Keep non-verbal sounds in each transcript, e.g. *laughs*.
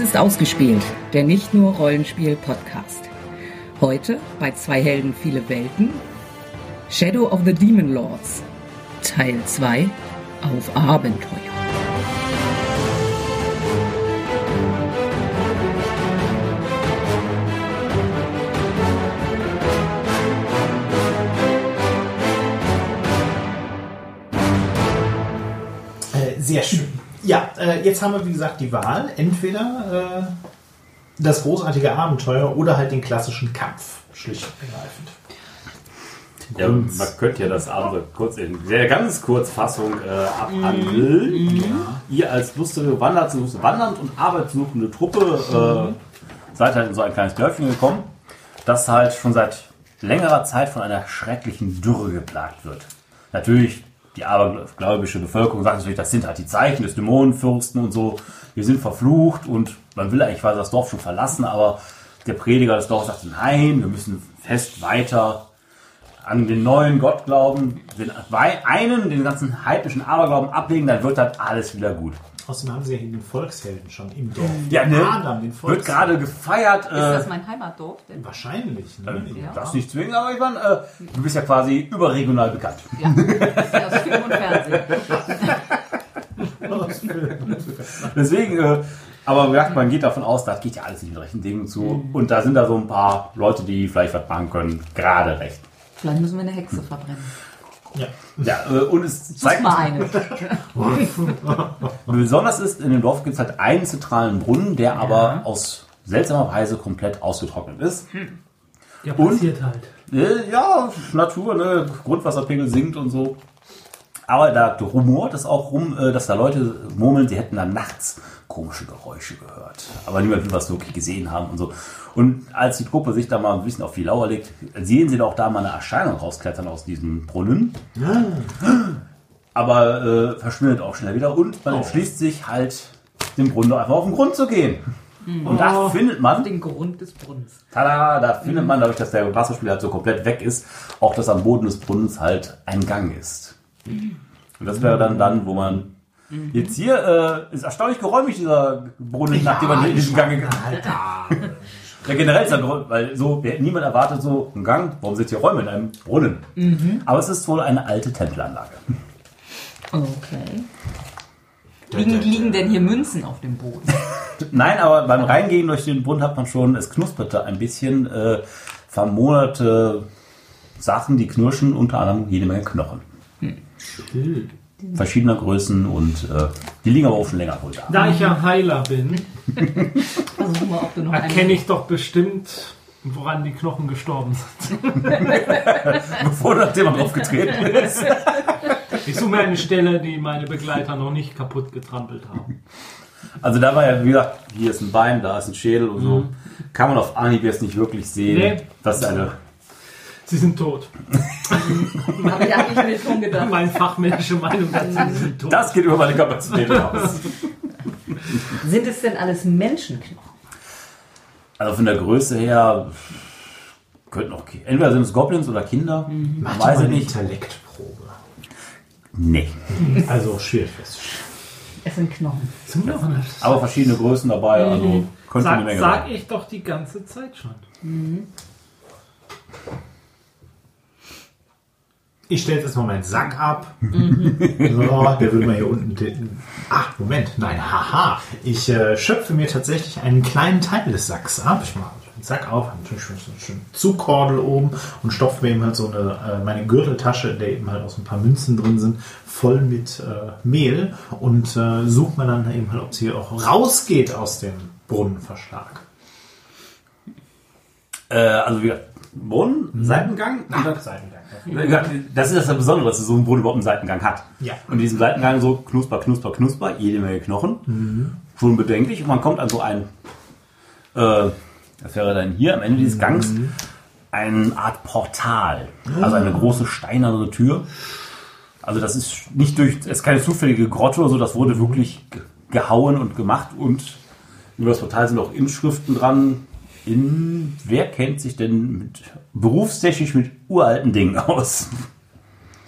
ist ausgespielt, der nicht nur Rollenspiel-Podcast. Heute bei Zwei Helden, viele Welten. Shadow of the Demon Lords, Teil 2 auf Abenteuer. Äh, sehr schön. Ja, äh, jetzt haben wir, wie gesagt, die Wahl. Entweder äh, das großartige Abenteuer oder halt den klassischen Kampf, schlicht und ergreifend. Ja, Und- man könnte ja das andere kurz in sehr ganz kurz Fassung äh, abhandeln. Ihr als lustige Wanderzusuchende, wandernd und arbeitssuchende Truppe äh, seid halt in so ein kleines Dörfchen gekommen, das halt schon seit längerer Zeit von einer schrecklichen Dürre geplagt wird. Natürlich, die abergläubische Bevölkerung sagt natürlich, das sind halt die Zeichen des Dämonenfürsten und so. Wir sind verflucht und man will eigentlich quasi das Dorf schon verlassen, aber der Prediger des Dorfes sagt, nein, wir müssen fest weiter an den neuen Gott glauben, den wei- einen, den ganzen heidnischen Aberglauben ablegen, dann wird das alles wieder gut. Außerdem haben sie ja hier den Volkshelden schon im Dorf. Adam, den ne? Wird Volkshelden. gerade gefeiert. Ist das Äh, mein Heimatdorf? Denn? Wahrscheinlich. Ne? Ja. das nicht zwingen, aber Ivan, äh, du bist ja quasi überregional bekannt. Ja, das ist ja aus Film und Fernsehen. *laughs* Deswegen, äh, aber merkt, man geht davon aus, das geht ja alles in die rechten Dingen zu. Mhm. Und da sind da so ein paar Leute, die vielleicht was machen können, gerade recht. Vielleicht müssen wir eine Hexe verbrennen. ja. Ja, äh, und es Such zeigt mal eine. Besonders ist, in dem Dorf gibt es halt einen zentralen Brunnen, der aber aus seltsamer Weise komplett ausgetrocknet ist. Ja, Und? passiert halt. Äh, Ja, Natur, ne? Grundwasserpegel sinkt und so. Aber da rumort es auch rum, äh, dass da Leute murmeln, sie hätten da nachts komische Geräusche gehört. Aber niemand will was wirklich gesehen haben und so. Und als die Truppe sich da mal ein bisschen auf die Lauer legt, sehen sie da auch da mal eine Erscheinung rausklettern aus diesem Brunnen. Aber äh, verschwindet auch schnell wieder und man entschließt sich halt, dem Brunnen doch einfach auf den Grund zu gehen. Und da findet man Den Grund des Brunnens. Tada, da findet man dadurch, dass der Wasserspiegel halt so komplett weg ist, auch dass am Boden des Brunnens halt ein Gang ist. Und das wäre dann dann, wo man jetzt hier äh, ist erstaunlich geräumig dieser Brunnen, nachdem man hier in diesen Gang gegangen ist. Ja, generell ist er geräumig, weil so wer- niemand erwartet so einen Gang. Warum sind hier Räume in einem Brunnen? Aber es ist wohl eine alte Tempelanlage. Okay. Liegen, liegen denn hier Münzen auf dem Boden? Nein, aber beim Reingehen durch den Brunnen hat man schon, es knusperte ein bisschen, äh, vermoderte Sachen, die knirschen, unter anderem jede Menge Knochen. Verschiedener Größen und äh, die liegen aber auch schon länger wohl da. Da ich ja Heiler bin, Versuch mal, ob du noch erkenne eine. ich doch bestimmt, woran die Knochen gestorben sind. *laughs* Bevor da jemand draufgetreten ist. Ich suche mir eine Stelle, die meine Begleiter noch nicht kaputt getrampelt haben. Also da war ja, wie gesagt, hier ist ein Bein, da ist ein Schädel und so. Kann man auf Anhieb jetzt nicht wirklich sehen. Nee. Das ist eine. Sie sind tot. Habe ich eigentlich mir schon gedacht. Meine fachmännische Meinung dazu, sie sind tot. Das geht über meine Kapazität raus. Sind es denn alles Menschenknochen? Also von der Größe her könnten auch Ki- entweder sind es Goblins oder Kinder. Man Mach Weiß mal ich eine nicht. Intellektprobe. Nee. Also schwierig fest. Es sind Knochen. Zum Knochen. Aber verschiedene Größen dabei, also könnte eine Mhm. Sag, Menge sag sein. ich doch die ganze Zeit schon. Ich stelle jetzt erstmal meinen Sack ab. So, der wird mal hier unten. den- Ach, Moment. Nein, haha. Ich äh, schöpfe mir tatsächlich einen kleinen Teil des Sacks ab. Ich mache den Sack auf, habe natürlich schon so einen schönen Zugkordel oben und stopfe mir eben halt so eine, äh, meine Gürteltasche, in der eben halt auch so ein paar Münzen drin sind, voll mit äh, Mehl und äh, suche mir dann eben halt, ob sie auch rausgeht aus dem Brunnenverschlag. Äh, also wie gesagt, Brunnen, Mhm. Seitengang. Ah. Und dann, wie gesagt, das ist das Besondere, dass so ein Brunnen überhaupt einen Seitengang hat. Ja. Und in diesem Seitengang so knusper, knusper, knusper, jede Menge Knochen. Mhm. Schon bedenklich. Und man kommt an so ein, äh, das wäre dann hier am Ende Mhm. dieses Gangs, eine Art Portal. Also eine große steinerne Tür. Also das ist nicht durch, es ist keine zufällige Grotte oder so, das wurde wirklich ge- gehauen und gemacht und über das Portal sind auch Inschriften dran. In, wer kennt sich denn mit, berufstechnisch mit uralten Dingen aus?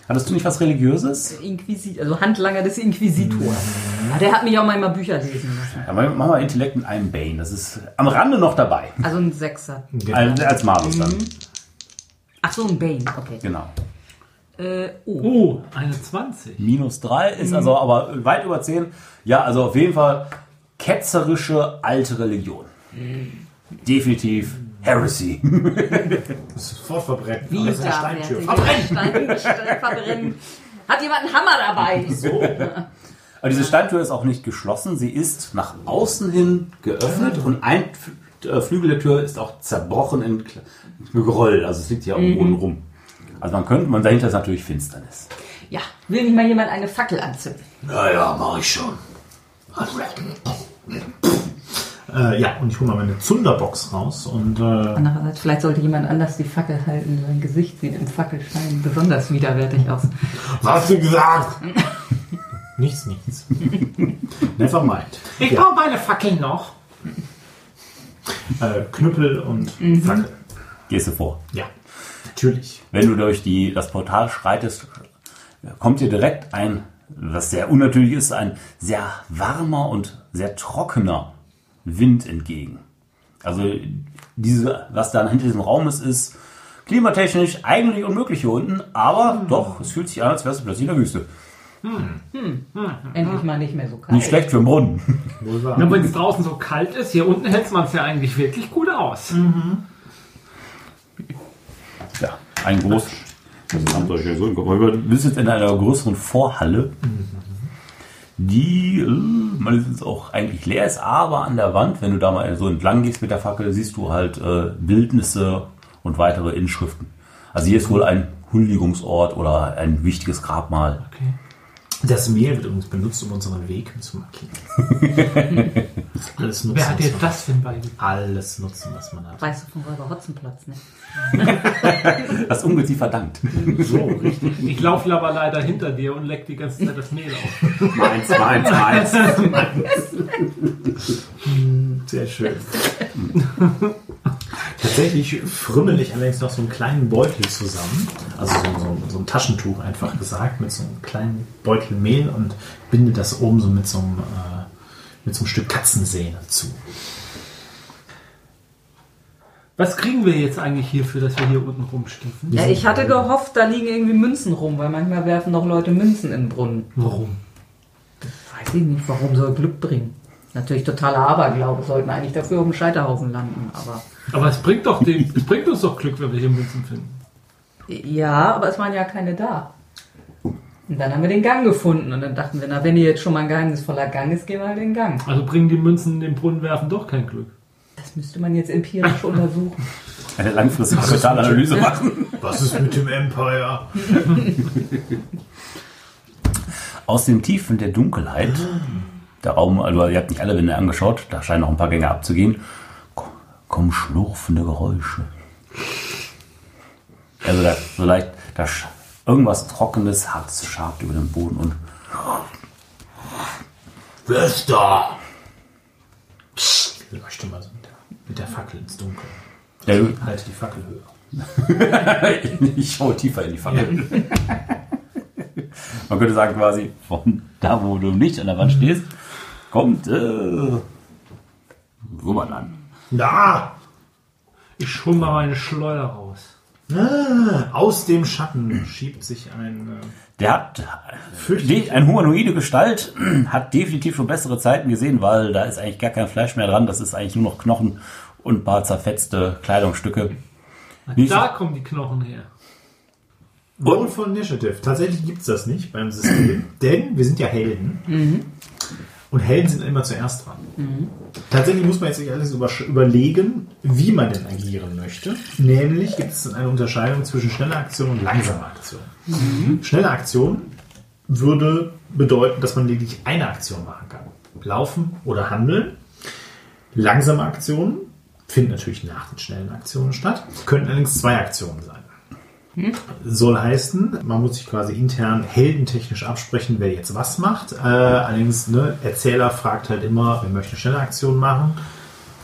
Hattest du nicht was Religiöses? Inquisit, also Handlanger des Inquisitors. Mhm. Ja, der hat mich auch mal immer Bücher lesen müssen. Ja, mach mal Intellekt mit einem Bane. Das ist am Rande noch dabei. Also ein Sechser. Als, als Malus dann. Ach so, ein Bane, okay. Genau. Äh, oh. Oh, eine 20. Minus 3 ist also aber weit über 10. Ja, also auf jeden Fall ketzerische alte Religion. Mhm. Definitiv Heresy. Das ist fortverbrennen. Wie Alles in der Steintür. Verbrennen! Stein, Stein verbrennen. Hat jemand einen Hammer *laughs* dabei? Aber diese Steintür ist auch nicht geschlossen. Sie ist nach außen hin geöffnet und ein F- äh, Flügel der Tür ist auch zerbrochen in Kle- Geröll. Also es liegt hier auf dem Boden rum. Also man könnte, man dahinter ist natürlich Finsternis. Ja, will nicht mal jemand eine Fackel anzünden? Naja, mach ich schon. Äh, ja, und ich hole mal meine Zunderbox raus und äh, Andererseits, vielleicht sollte jemand anders die Fackel halten. Sein Gesicht sieht im Fackelschein besonders widerwärtig aus. was hast du gesagt? nichts, nichts. Never mind. Ich Ja. brauche meine Fackel noch. Äh, Knüppel und Fackel. Gehst du vor. Ja, natürlich. Wenn du durch die, das Portal schreitest, kommt dir direkt ein, was sehr unnatürlich ist, ein sehr warmer und sehr trockener Wind entgegen. Also diese, was da hinter diesem Raum ist, ist klimatechnisch eigentlich unmöglich hier unten, aber doch, es fühlt sich an, als wärst du plötzlich in der Wüste. Endlich mal nicht mehr so kalt. Nicht schlecht für den Brunnen. Wohl wahr. Wenn es draußen so kalt ist, hier unten hält man es ja eigentlich wirklich gut aus. Mhm. Ja, ein groß. Das haben solche so im Kopf. Aber Du bist jetzt in einer größeren Vorhalle, die äh, meines auch eigentlich leer ist, aber an der Wand, wenn du da mal so entlang gehst mit der Fackel, siehst du halt äh, Bildnisse und weitere Inschriften. Also hier ist wohl ein Huldigungsort oder ein wichtiges Grabmal. Das Mehl wird übrigens benutzt, um unseren Weg zu markieren. *laughs* alles, nutzen, Wer hat dir was man, das denn beigebracht? alles nutzen, was man hat. Weißt du vom Räuber Hotzenplatz, ne? Das Ungeziefer dankt. So, richtig. Ich laufe aber leider hinter dir und leck die ganze Zeit das Mehl auf. Meins, meins, meins. Hm, Sehr schön. Tatsächlich frümmel ich allerdings noch so einen kleinen Beutel zusammen. Also so, so, so ein Taschentuch einfach gesagt, mit so einem kleinen Beutel Mehl und binde das oben so mit so einem, äh, mit so einem Stück Katzensehne zu. Was kriegen wir jetzt eigentlich hierfür, dass wir hier unten rumstiefen? Ja, ich hatte gehofft, da liegen irgendwie Münzen rum, weil manchmal werfen doch Leute Münzen in den Brunnen. Warum? Weiß ich nicht, warum soll Glück bringen? Natürlich totaler Aberglaube, sollten eigentlich dafür auf dem Scheiterhaufen landen, aber. Aber es bringt, doch dem, es bringt uns doch Glück, wenn wir hier Münzen finden. Ja, aber es waren ja keine da. Und dann haben wir den Gang gefunden und dann dachten wir, na, wenn hier jetzt schon mal ein geheimnisvoller Gang ist, gehen wir halt den Gang. Also bringen die Münzen in den Brunnen werfen doch kein Glück. Das müsste man jetzt *laughs* empirisch untersuchen. Eine langfristige Kapitalanalyse machen. Was ist mit dem Empire? Aus dem Tiefen der Dunkelheit, der Raum, also ihr habt nicht alle Wände angeschaut, da scheinen noch ein paar Gänge abzugehen, ko- kommen schlurfende Geräusche. Also da, so leicht, da sch- irgendwas Trockenes, Hartes schabt über den Boden und Wer ist da? Leuchte mal so mit der, mit der Fackel ins Dunkel. der, Halte die Fackel höher. *laughs* ich schaue tiefer in die Fackel. Man könnte sagen quasi, von da wo du nicht an der Wand stehst, kommt äh, Wummern an. Na, Ich schon mal meine Schleuder raus. Ah, aus dem Schatten schiebt sich ein. äh, Der hat fürchtlich eine humanoide Gestalt, *clears throat* hat definitiv schon bessere Zeiten gesehen, weil da ist eigentlich gar kein Fleisch mehr dran. Das ist eigentlich nur noch Knochen und ein paar zerfetzte Kleidungsstücke. Nicht Da kommen die Knochen her. Äh, Roll for Initiative. Tatsächlich gibt es das nicht beim System, denn wir sind ja Helden. Und Helden sind immer zuerst dran. Tatsächlich muss man jetzt sich alles über, überlegen, wie man denn agieren möchte. Nämlich gibt es eine Unterscheidung zwischen schneller Aktion und langsamer Aktion. Schnelle Aktion würde bedeuten, dass man lediglich eine Aktion machen kann. Laufen oder handeln. Langsame Aktionen finden natürlich nach den schnellen Aktionen statt, können allerdings zwei Aktionen sein. Soll heißen, man muss sich quasi intern heldentechnisch absprechen, wer jetzt was macht. Äh, allerdings, ne, Erzähler fragt halt immer, wir möchten eine schnelle Aktion machen.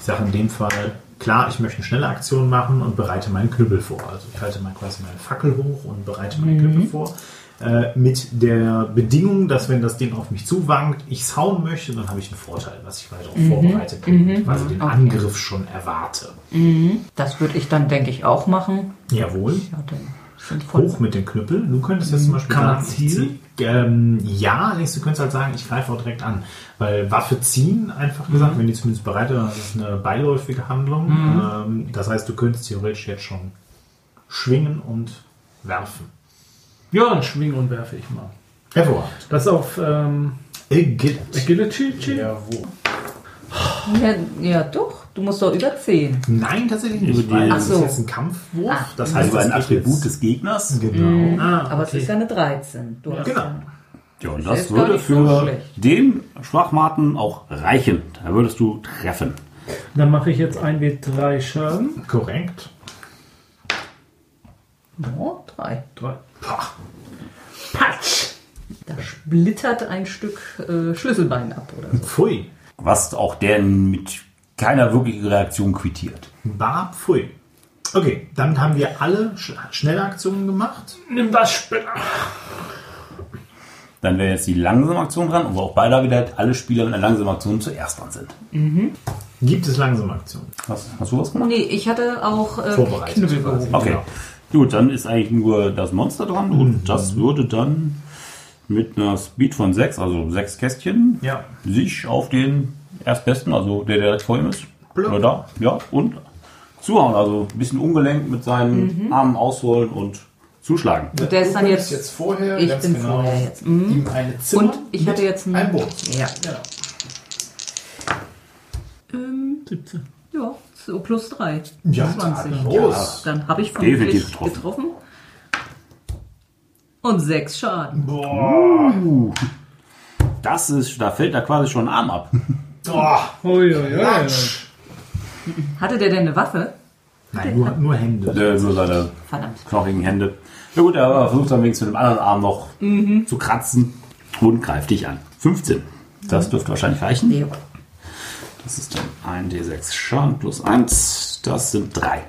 Ich sage in dem Fall, klar, ich möchte eine schnelle Aktion machen und bereite meinen Knüppel vor. Also ich halte mal quasi meine Fackel hoch und bereite meinen Knüppel vor. Äh, mit der Bedingung, dass wenn das Ding auf mich zuwankt, ich es hauen möchte, dann habe ich einen Vorteil, was ich weiter darauf vorbereitet bin, weil ich den Okay. Angriff schon erwarte. Das würde ich dann, denke ich, auch machen. Jawohl. Ja, dann sinnvoll. Hoch mit dem Knüppel. Du könntest jetzt zum Beispiel Kann man sagen, ich ziehen? zieh- Ähm, ja, allerdings du könntest halt sagen, ich greife auch direkt an. Weil Waffe ziehen, einfach gesagt, wenn die zumindest bereit ist, das ist eine beiläufige Handlung. Ähm, das heißt, du könntest theoretisch jetzt schon schwingen und werfen. Ja, dann schwing und werfe ich mal. Hervorragend. Das auf ähm, Äh, Agility. Agility. Jawohl. Ja, ja, doch. Du musst doch über 10. Nein, tatsächlich nicht. Über die- Weil Ach das ist so. jetzt ein Kampfwurf. Ah. das heißt, Also ein das geht jetzt- Attribut des Gegners. Genau. Ah, Aber es okay. ist ja eine 13. Du hast Genau. ja- Ja, und Das das ist gar würde nicht so für schlecht. den Schwachmaten auch reichen. Da würdest du treffen. Dann mache ich jetzt 1W3 Schaden. korrekt. Oh, 3. Drei. Pah. Patsch! Da splittert ein Stück äh, Schlüsselbein ab, oder? so. Pfui. Was auch der mit keiner wirklichen Reaktion quittiert. Bar Pfui. Okay, dann haben wir alle Sch Schnellaktionen gemacht. Nimm das Spinner. Dann wäre jetzt die langsame Aktion dran, wo auch beide wieder alle Spieler mit einer langsamen Aktion zuerst dran sind. Gibt es langsame Aktionen? Hast, hast du was gemacht? Nee, ich hatte auch äh, Vorbereitet Knüppel quasi. gehoben. Okay. Genau. Gut, dann ist eigentlich nur das Monster dran und das würde dann mit einer Speed von 6, also 6 Kästchen, Ja. sich auf den Erstbesten, also der, der direkt vor ihm ist, Blöd. oder da, ja, und zuhauen. Also ein bisschen ungelenkt mit seinen Armen ausholen und zuschlagen. Der ist dann jetzt- vorher, genau, ich bin vorher jetzt. Mhm. ihm eine Zimmer Und ich hatte mit jetzt einen- Ja. Genau. Ähm, 17. ja, so plus 3. Ja, groß. Dann habe ich Definitiv vermutlich getroffen. getroffen. Und 6 Schaden. Das ist, da fällt da quasi schon ein Arm ab. Oh, Uiuiui. Quatsch. Hatte der denn eine Waffe? Nein, nur, nur Hände. Der, also so seine Verdammt. knochigen Hände. Na gut, er versucht dann wenigstens mit dem anderen Arm noch zu kratzen und greift dich an. 15. Das dürfte wahrscheinlich reichen. Jo. Das ist dann ein D6 Schaden plus 1. Das sind 3.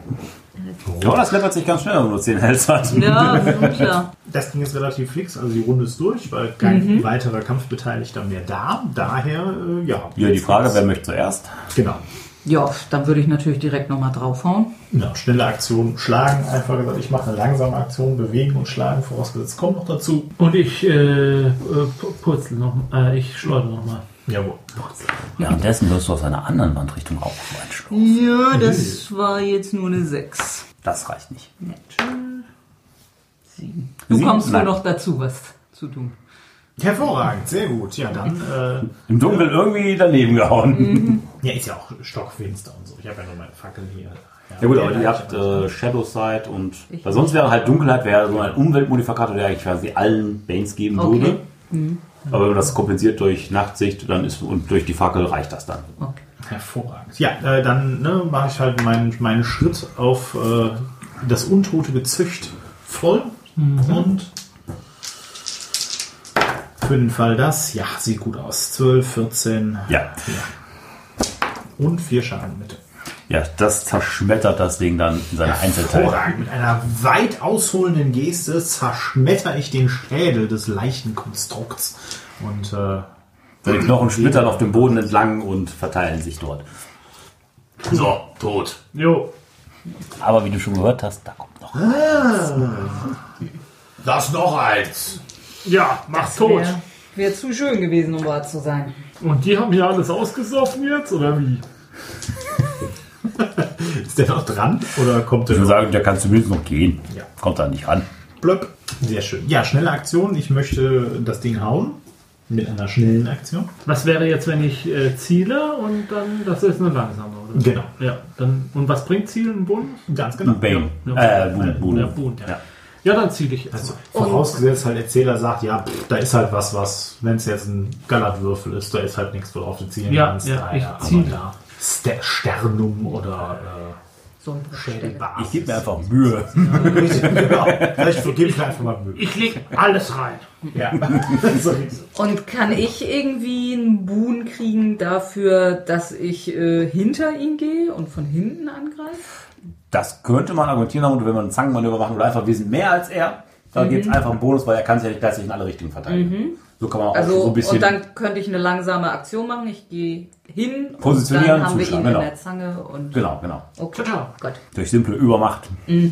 Ja, das läppert sich ganz schnell, wenn du also. 10 Hells hat. Ja, *laughs* so klar. Das Ding ist relativ fix, also die Runde ist durch, weil kein Mhm. weiterer Kampfbeteiligter mehr da. Daher, äh, ja. Ja, die Frage, wer möchte zuerst? Genau. Ja, dann würde ich natürlich direkt nochmal draufhauen. Ja, schnelle Aktion schlagen, einfach gesagt, ich mache eine langsame Aktion, bewegen und schlagen, vorausgesetzt kommt noch dazu. Und ich äh, äh, pu- purzel noch. Äh, ich schleudere nochmal. Jawohl. Währenddessen wirst du auf einer anderen Wandrichtung auch einschlagen. Ja, das war jetzt nur eine 6. Das reicht nicht. Sieben. Du Sieben? kommst wohl Nein. noch dazu, was zu tun. Hervorragend, sehr gut. Ja, dann, äh, Im Dunkeln irgendwie daneben gehauen. ja, ist ja auch stockfinster und so. Ich habe ja nur meine Fackel hier. Ja gut, aber die ihr habt äh, Shadowside und... Weil sonst wäre halt Dunkelheit wäre so ein Umweltmodifikator, der eigentlich quasi allen Banes geben Okay. würde. Aber wenn man das kompensiert durch Nachtsicht dann ist, und durch die Fackel, reicht das dann. Okay. Hervorragend. Ja, äh, dann ne, mache ich halt meinen meinen Schritt auf äh, das untote Gezücht voll und für den Fall das, ja, sieht gut aus. 12, 14 Ja. und 4 Schaden mit. Ja, das zerschmettert das Ding dann in seine Einzelteile. Hervorragend. Mit einer weit ausholenden Geste zerschmetter ich den Schädel des leichten Konstrukts und äh, Die Knochen splittern auf dem Boden entlang und verteilen sich dort. So, tot. jo. Aber wie du schon gehört hast, da kommt noch. Das noch eins. Ja, mach's tot. Wäre wär zu schön gewesen, um wahr zu sein. Und die haben hier alles ausgesoffen jetzt, oder wie? Ist der noch dran oder kommt der Ich noch? würde sagen, der kann zumindest noch gehen. Ja. Kommt da nicht ran. Blöpp. Sehr schön. Ja, schnelle Aktion. Ich möchte das Ding hauen. Mit einer schnellen Aktion. Was wäre jetzt, wenn ich äh, ziele und dann. Das ist eine langsame, oder? Genau. Ja, dann. Und was bringt Zielen? Ein Bonus? Ganz genau. Bane. Ja. Äh, Boon. Boon. Ja, Boon, ja. Ja. Ja, dann ziele ich jetzt. Also, mal. vorausgesetzt halt Erzähler sagt, ja, pff, da ist halt was, was, wenn es jetzt ein Galatwürfel ist, da ist halt nichts, worauf du ziehen Ja, kannst. ja, da, ich aber ziehe. da Ste- Sternum oder So ein äh, Schädelbar. *laughs* Ich gebe mir einfach Mühe. genau. Vielleicht gebe ich mir einfach mal Mühe. Ich leg alles rein. Ja. Und kann ich irgendwie einen Boon kriegen dafür, dass ich äh, hinter ihn gehe und von hinten angreife? Das könnte man argumentieren, damit, wenn man ein Zangenmanöver machen oder einfach, wir sind mehr als er. Da Mhm. gibt es einfach einen Bonus, weil er kann sich ja nicht gleichzeitig in alle Richtungen verteidigen. So kann man auch Also, so ein bisschen. und dann könnte ich eine langsame Aktion machen. Ich gehe hin. Positionieren, Und dann haben wir ihn zuschlagen, in genau. der Zange. Und genau, genau. Okay, Gott. Durch simple Übermacht. Äh,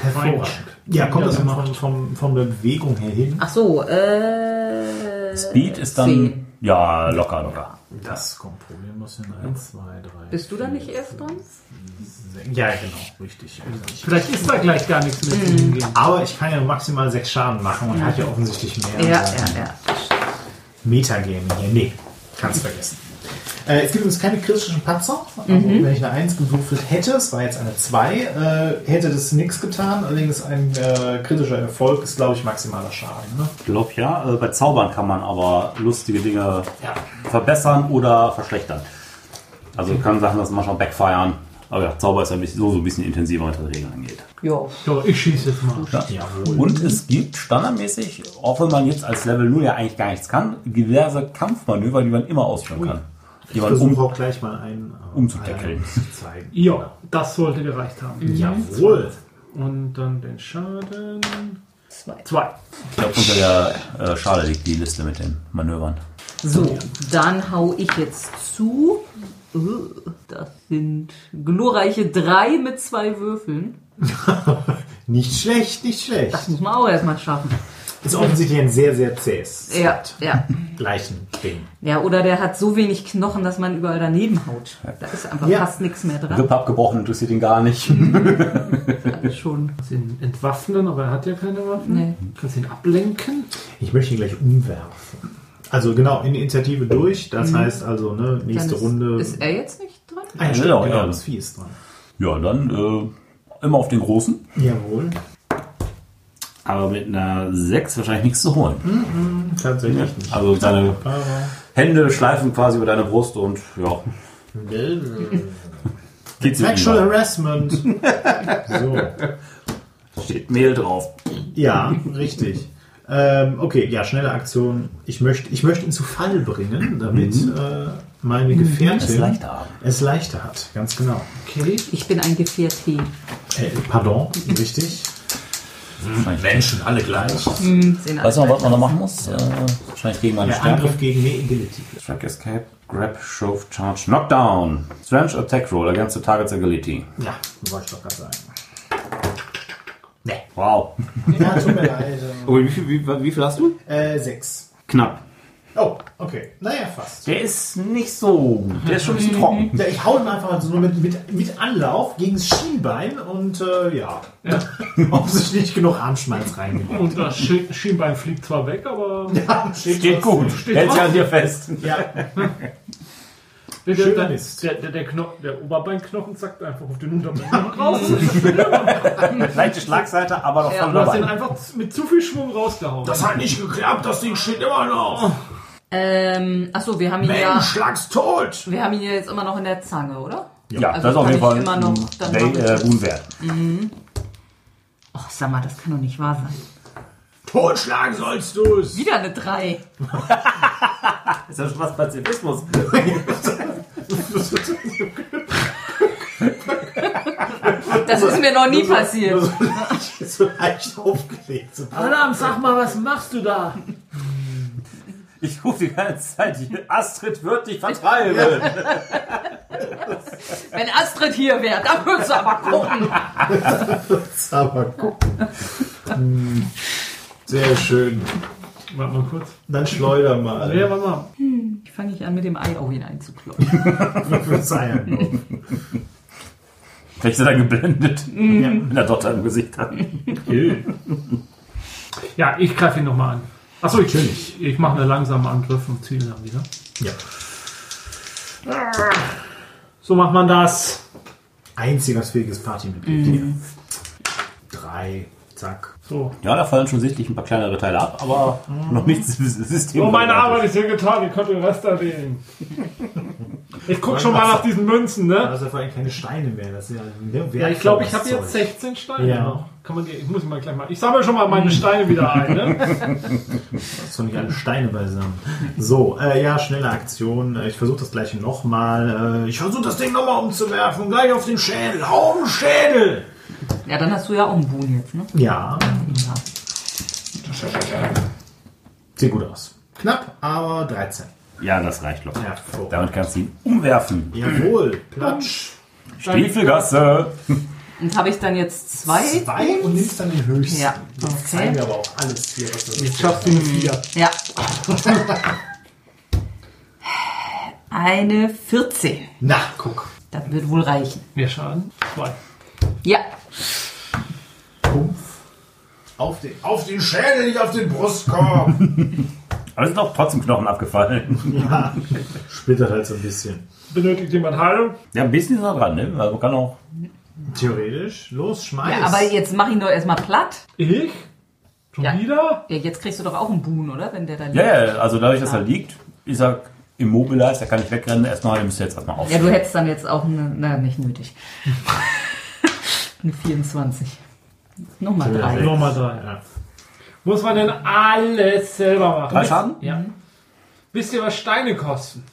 Hervorragend. Ja, kommt das immer von, von, von der Bewegung her hin? Ach so, äh. Speed ist dann. zehn. Ja, locker, locker. Das kommt problemlos hin. 1, 2, 3. Hm. Bist du dann nicht erst dran? Ja, genau, richtig. Vielleicht ist da gleich gar nichts mit Mhm. ihm gehen. Aber ich kann ja maximal 6 Schaden machen und hat ja offensichtlich mehr äh, ja. Metagaming hier. Nee, kannst vergessen. Äh, es gibt uns keine kritischen Patzer. Also, Mhm. Wenn ich eine 1 gewürfelt hätte, es war jetzt eine 2, äh, hätte das nichts getan. Allerdings ein äh, kritischer Erfolg ist, glaube ich, maximaler Schaden. Ne? Ich glaube ja. Äh, bei Zaubern kann man aber lustige Dinge Ja. verbessern oder verschlechtern. Also kann Sachen das manchmal backfiren. Aber ja, Zauber ist ein bisschen, so, so ein bisschen intensiver, was die Regeln angeht. Ja. So, ich schieße jetzt mal. Jawohl. Und es gibt standardmäßig, auch wenn man jetzt als Level 0 ja eigentlich gar nichts kann, diverse Kampfmanöver, die man immer ausführen kann. Die man versuche um auch gleich mal einen äh, Umzudeckeln. einen zu zeigen. Ja, das sollte gereicht haben. Jawohl. Und dann den Schaden. Zwei. Zwei. ich glaube, unter der äh, Schale liegt die Liste mit den Manövern. So, dann hau ich jetzt zu. Äh, Das sind glorreiche drei mit zwei Würfeln. Nicht schlecht, nicht schlecht. Das muss man auch erstmal schaffen. Ist offensichtlich ein sehr, sehr zähes. Ja, ja. Gleichen Ding. Ja, oder der hat so wenig Knochen, dass man überall daneben haut. Da ist einfach Ja. fast nichts mehr dran. Rippe abgebrochen, interessiert ihn gar nicht. Alles schon. Den entwaffnen, aber er hat ja keine Waffen. Nee. Kannst ihn ablenken. Ich möchte ihn gleich umwerfen. Also genau, in die Initiative durch. Das heißt also, ne, Mhm. Dann nächste ist, Runde. Ist er jetzt nicht dran? ah, ja, stimmt, Genau, genau, ja. das Vieh ist dran. *laughs* Ja, dann äh, immer auf den großen. Jawohl. Aber mit einer 6 wahrscheinlich nichts zu holen. Tatsächlich nicht. Also seine Hände schleifen quasi über deine Brust und ja. Geht sie Sexual über. *laughs* Harassment. so. Steht Mehl drauf. Ja, richtig. Ähm, okay, ja, schnelle Aktion. Ich möchte, ich möchte ihn zu Fall bringen, damit äh, meine Gefährtin Mhm. es leichter haben. es leichter hat. Ganz genau. Okay. Ich bin ein Gefährte. Äh, pardon, richtig. Menschen, alle gleich. Sehen alle Weißt du noch, gleich. was man da machen muss? Äh, wahrscheinlich gegen meine Der Stärke. Angriff gegen die Agility. Strike Escape, Grab, Shove, Charge, Knockdown. Strange Attack Roll against the target's agility. Ja, wollte ich doch gerade sagen. Nee. Wow. Ja, tut mir leid. ähm. Oh, wie, viel, wie, wie viel hast du? Äh, sechs. Knapp. Oh, okay. Naja, fast. Der ist nicht so. Der ist schon ein bisschen trocken. Ja, ich hau ihn einfach so mit, mit, mit Anlauf gegen das Schienbein und äh, ja. *laughs* Offensichtlich nicht genug Armschmalz reingegangen. Und das Sch- Schienbein fliegt zwar weg, aber Steht gut. Steht Hält sich drauf. an dir fest. Ja, der, Schöner der, Mist. der, der, der, Kno der Oberbeinknochen zackt einfach auf den Unterbein raus. Leichte Schlagseite, aber noch Ja, voll Du hast ihn dabei. einfach z- mit zu viel Schwung rausgehauen. das hat nicht geklappt, das Ding steht immer noch. Ähm, achso, wir haben ihn ja. schlag's tot. Wir haben ihn ja jetzt immer noch in der Zange, oder? Ja, Also das ist auf kann jeden ich Fall immer noch dann ein machen. äh, Boonwert. Och, sag mal, das kann doch nicht wahr sein. Totschlagen sollst du's. Wieder eine 3. Ist ja schon was Pazifismus. *laughs* Das ist mir noch nie passiert. *laughs* so leicht aufgelegt. So. Adam, sag mal, was machst du da? Ich rufe die ganze Zeit, die Astrid wird dich vertreiben. Wenn Astrid hier wäre, dann würdest du aber gucken. Aber *laughs* gucken. Hm, Sehr schön. Warte mal kurz. Dann schleuder Also, ja, mal. warte mal. Ich fange ich an, mit dem Ei auch hineinzukloppen. Verzeihen. Vielleicht ist er geblendet, wenn er Dotter im Gesicht hat. Ja, ich greife ihn nochmal an. Achso, ich, ich, ich mache einen langsamen Angriff und ziehe ihn dann wieder. Ja. So macht man das. Einzigartiges Partymitglied hier. Mhm. Drei, zack. So. Ja, da fallen schon sichtlich ein paar kleinere Teile ab, aber noch nichts System. So, Oh, meine Arbeit ist hier getan. Ihr könnt den Rest erledigen. Ich guck schon mal nach diesen Münzen, Da ne? ist ja vor allem keine Steine mehr. Das ist ja, ne, Ja, ich glaube, ich habe wertvolles Zeug. jetzt 16 Steine. Ja. noch. Kann man, die- ich muss mal gleich mal. Ich sammle schon mal meine Steine wieder ein, *laughs* ne? Hast du nicht alle Steine beisammen? So, äh, ja, schnelle Aktion. Äh, Ich versuche das gleiche nochmal. Äh, ich versuche das Ding nochmal umzuwerfen. Gleich auf den Schädel. Hau um den Schädel! Ja, dann hast du ja auch einen Boon jetzt, ne? Ja, Ja. Sieht gut aus. Knapp, aber 13. Ja, das reicht locker. Ja, so. Damit kannst du ihn umwerfen. Jawohl, Platsch. Stiefelgasse. Und habe ich dann jetzt zwei? Zwei und nimmst dann den höchsten. Ja, Jetzt okay. zeigen wir aber auch alles hier, was wir Jetzt schaffst du eine 4. Ja. Eine 14. Na, guck. Das wird wohl reichen. Mehr Schaden? Zwei. Ja. Pumpf. Auf den, auf den Schädel, nicht auf den Brustkorb. Aber es sind auch trotzdem Knochen abgefallen. *laughs* ja. Splittert halt so ein bisschen. Benötigt jemand Heilung? Ja, ein bisschen ist noch dran, ne? Also man kann auch. Theoretisch, los, schmeiß. ja aber jetzt mach ihn doch erstmal platt. Ich? Schon Ja. wieder? Ja, jetzt kriegst du doch auch einen Boon, oder? Wenn der da liegt. Ja, ja, also dadurch, dass er liegt, ist er immobiler, ist, er kann nicht wegrennen. Erstmal, den müsst ihr jetzt erstmal auf. Ja, du hättest dann jetzt auch eine. Na, nicht nötig. *laughs* eine 24. Nochmal drei. Nochmal drei. Ja. Muss man denn alles selber machen? Drei Schaden? Ja. Wisst ihr, was Steine kosten?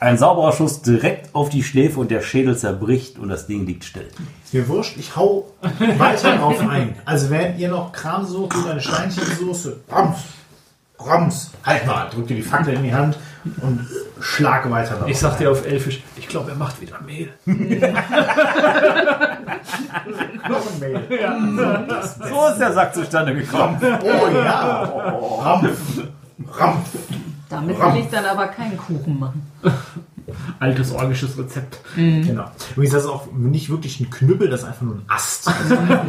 Ein sauberer Schuss direkt auf die Schläfe und der Schädel zerbricht und das Ding liegt still. Ist mir wurscht, ich hau weiter drauf ein. Also während ihr noch Kram sucht oder eine Steinchensoße, rams, rams, halt mal, drückt ihr die Fackel in die Hand und schlag weiter drauf. Ich sag dir auf Elfisch, ich glaube, er macht wieder Mehl. noch ein Mail. So ist der Sack zustande gekommen. Oh ja, rampf, rampf. Damit will ich dann aber keinen Kuchen machen. Altes orgisches Rezept. Genau. Übrigens, das ist auch nicht wirklich ein Knüppel, das ist einfach nur ein Ast.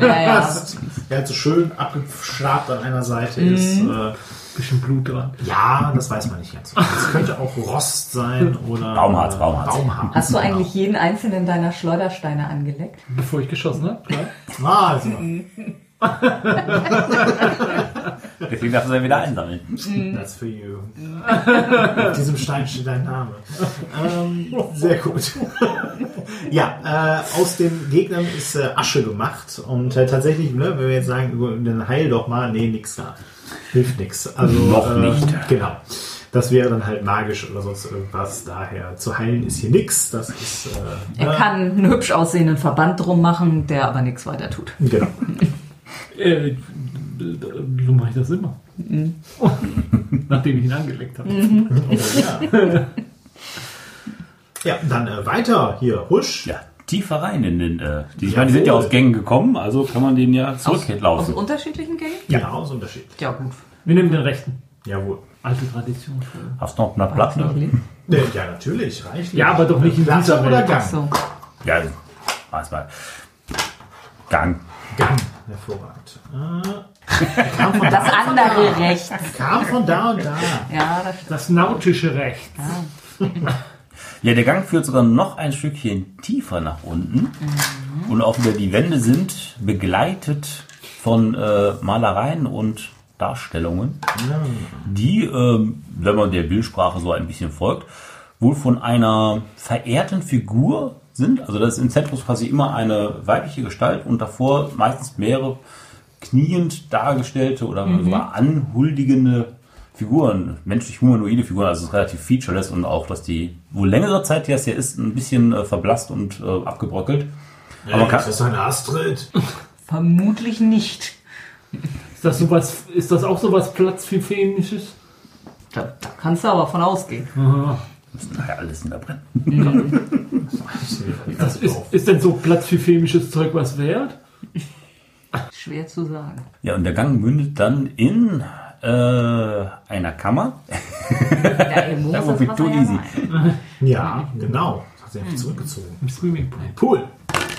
Ja, *laughs* ja. Ast, der halt so schön abgeschlabt an einer Seite ist. Äh, Bisschen Blut dran. Ja, das weiß man nicht ganz. genau. Es könnte auch Rost sein oder Baumharz, Baumharz. Baumharz. Hast du eigentlich jeden einzelnen deiner Schleudersteine angeleckt? Bevor ich geschossen habe, klar. Ah, also. Deswegen darfst du es ja wieder einsammeln. That's for you. Auf diesem Stein steht dein Name. Ähm, sehr gut. ja, äh, aus den Gegnern ist äh, Asche gemacht. Und äh, tatsächlich, ne, wenn wir jetzt sagen, über- dann heil doch mal, nee, nix da. Hilft nix. Also, Noch nicht. Genau. Das wäre dann halt magisch oder sonst irgendwas. Daher zu heilen ist hier nix. Das ist. Äh, Er kann einen hübsch aussehenden Verband drum machen, der aber nichts weiter tut. genau. Äh, so mache ich das immer. *laughs* Nachdem ich ihn angelegt habe. Ja, dann äh, weiter hier. Husch. Ja, tiefer rein in den. Äh, die, ich meine, die sind ja aus Gängen gekommen, also kann man den ja Aus zurücklaufen. unterschiedlichen Gängen? Genau, ist Unterschied. Ja, gut. Wir nehmen den rechten. Jawohl. Alte Tradition. Hast du noch ne? eine Platte? Ja, Äh, ja, natürlich, reicht. Ja, aber doch nicht in Platz dieser oder Welt. Gang. So. Ja, weiß mal. Gang. Gang. Hervorragend. Äh, kam, von Das da, andere rechts. kam von da und da. Ja, das stimmt. Das nautische Recht. Ja, der Gang führt sogar noch ein Stückchen tiefer nach unten. Und auch wieder die Wände sind begleitet von äh, Malereien und Darstellungen, die, ähm, wenn man der Bildsprache so ein bisschen folgt, wohl von einer verehrten Figur sind. Also das ist im Zentrum quasi immer eine weibliche Gestalt und davor meistens mehrere kniend dargestellte oder sogar anhuldigende Figuren, menschlich-humanoide Figuren, also es ist relativ featureless und auch, dass die, wo längere Zeit die das hier ist, ein bisschen äh, verblasst und äh, abgebröckelt. Aber man kann, Äh, ist ein Astrid. Vermutlich nicht. Ist das, sowas, ist das auch sowas Platzphiphämisches? Da, da kannst du aber von ausgehen. naja, halt alles in der Brenn. Das ist, ist denn so Platzphiphämisches Zeug was wert? Schwer zu sagen. Ja, und der Gang mündet dann in äh, einer Kammer. Ja, irgendwo Da muss wo das wir Wasser too ja easy. rein. Ja, genau. Hat sie einfach zurückgezogen. Im Swimmingpool. Pool.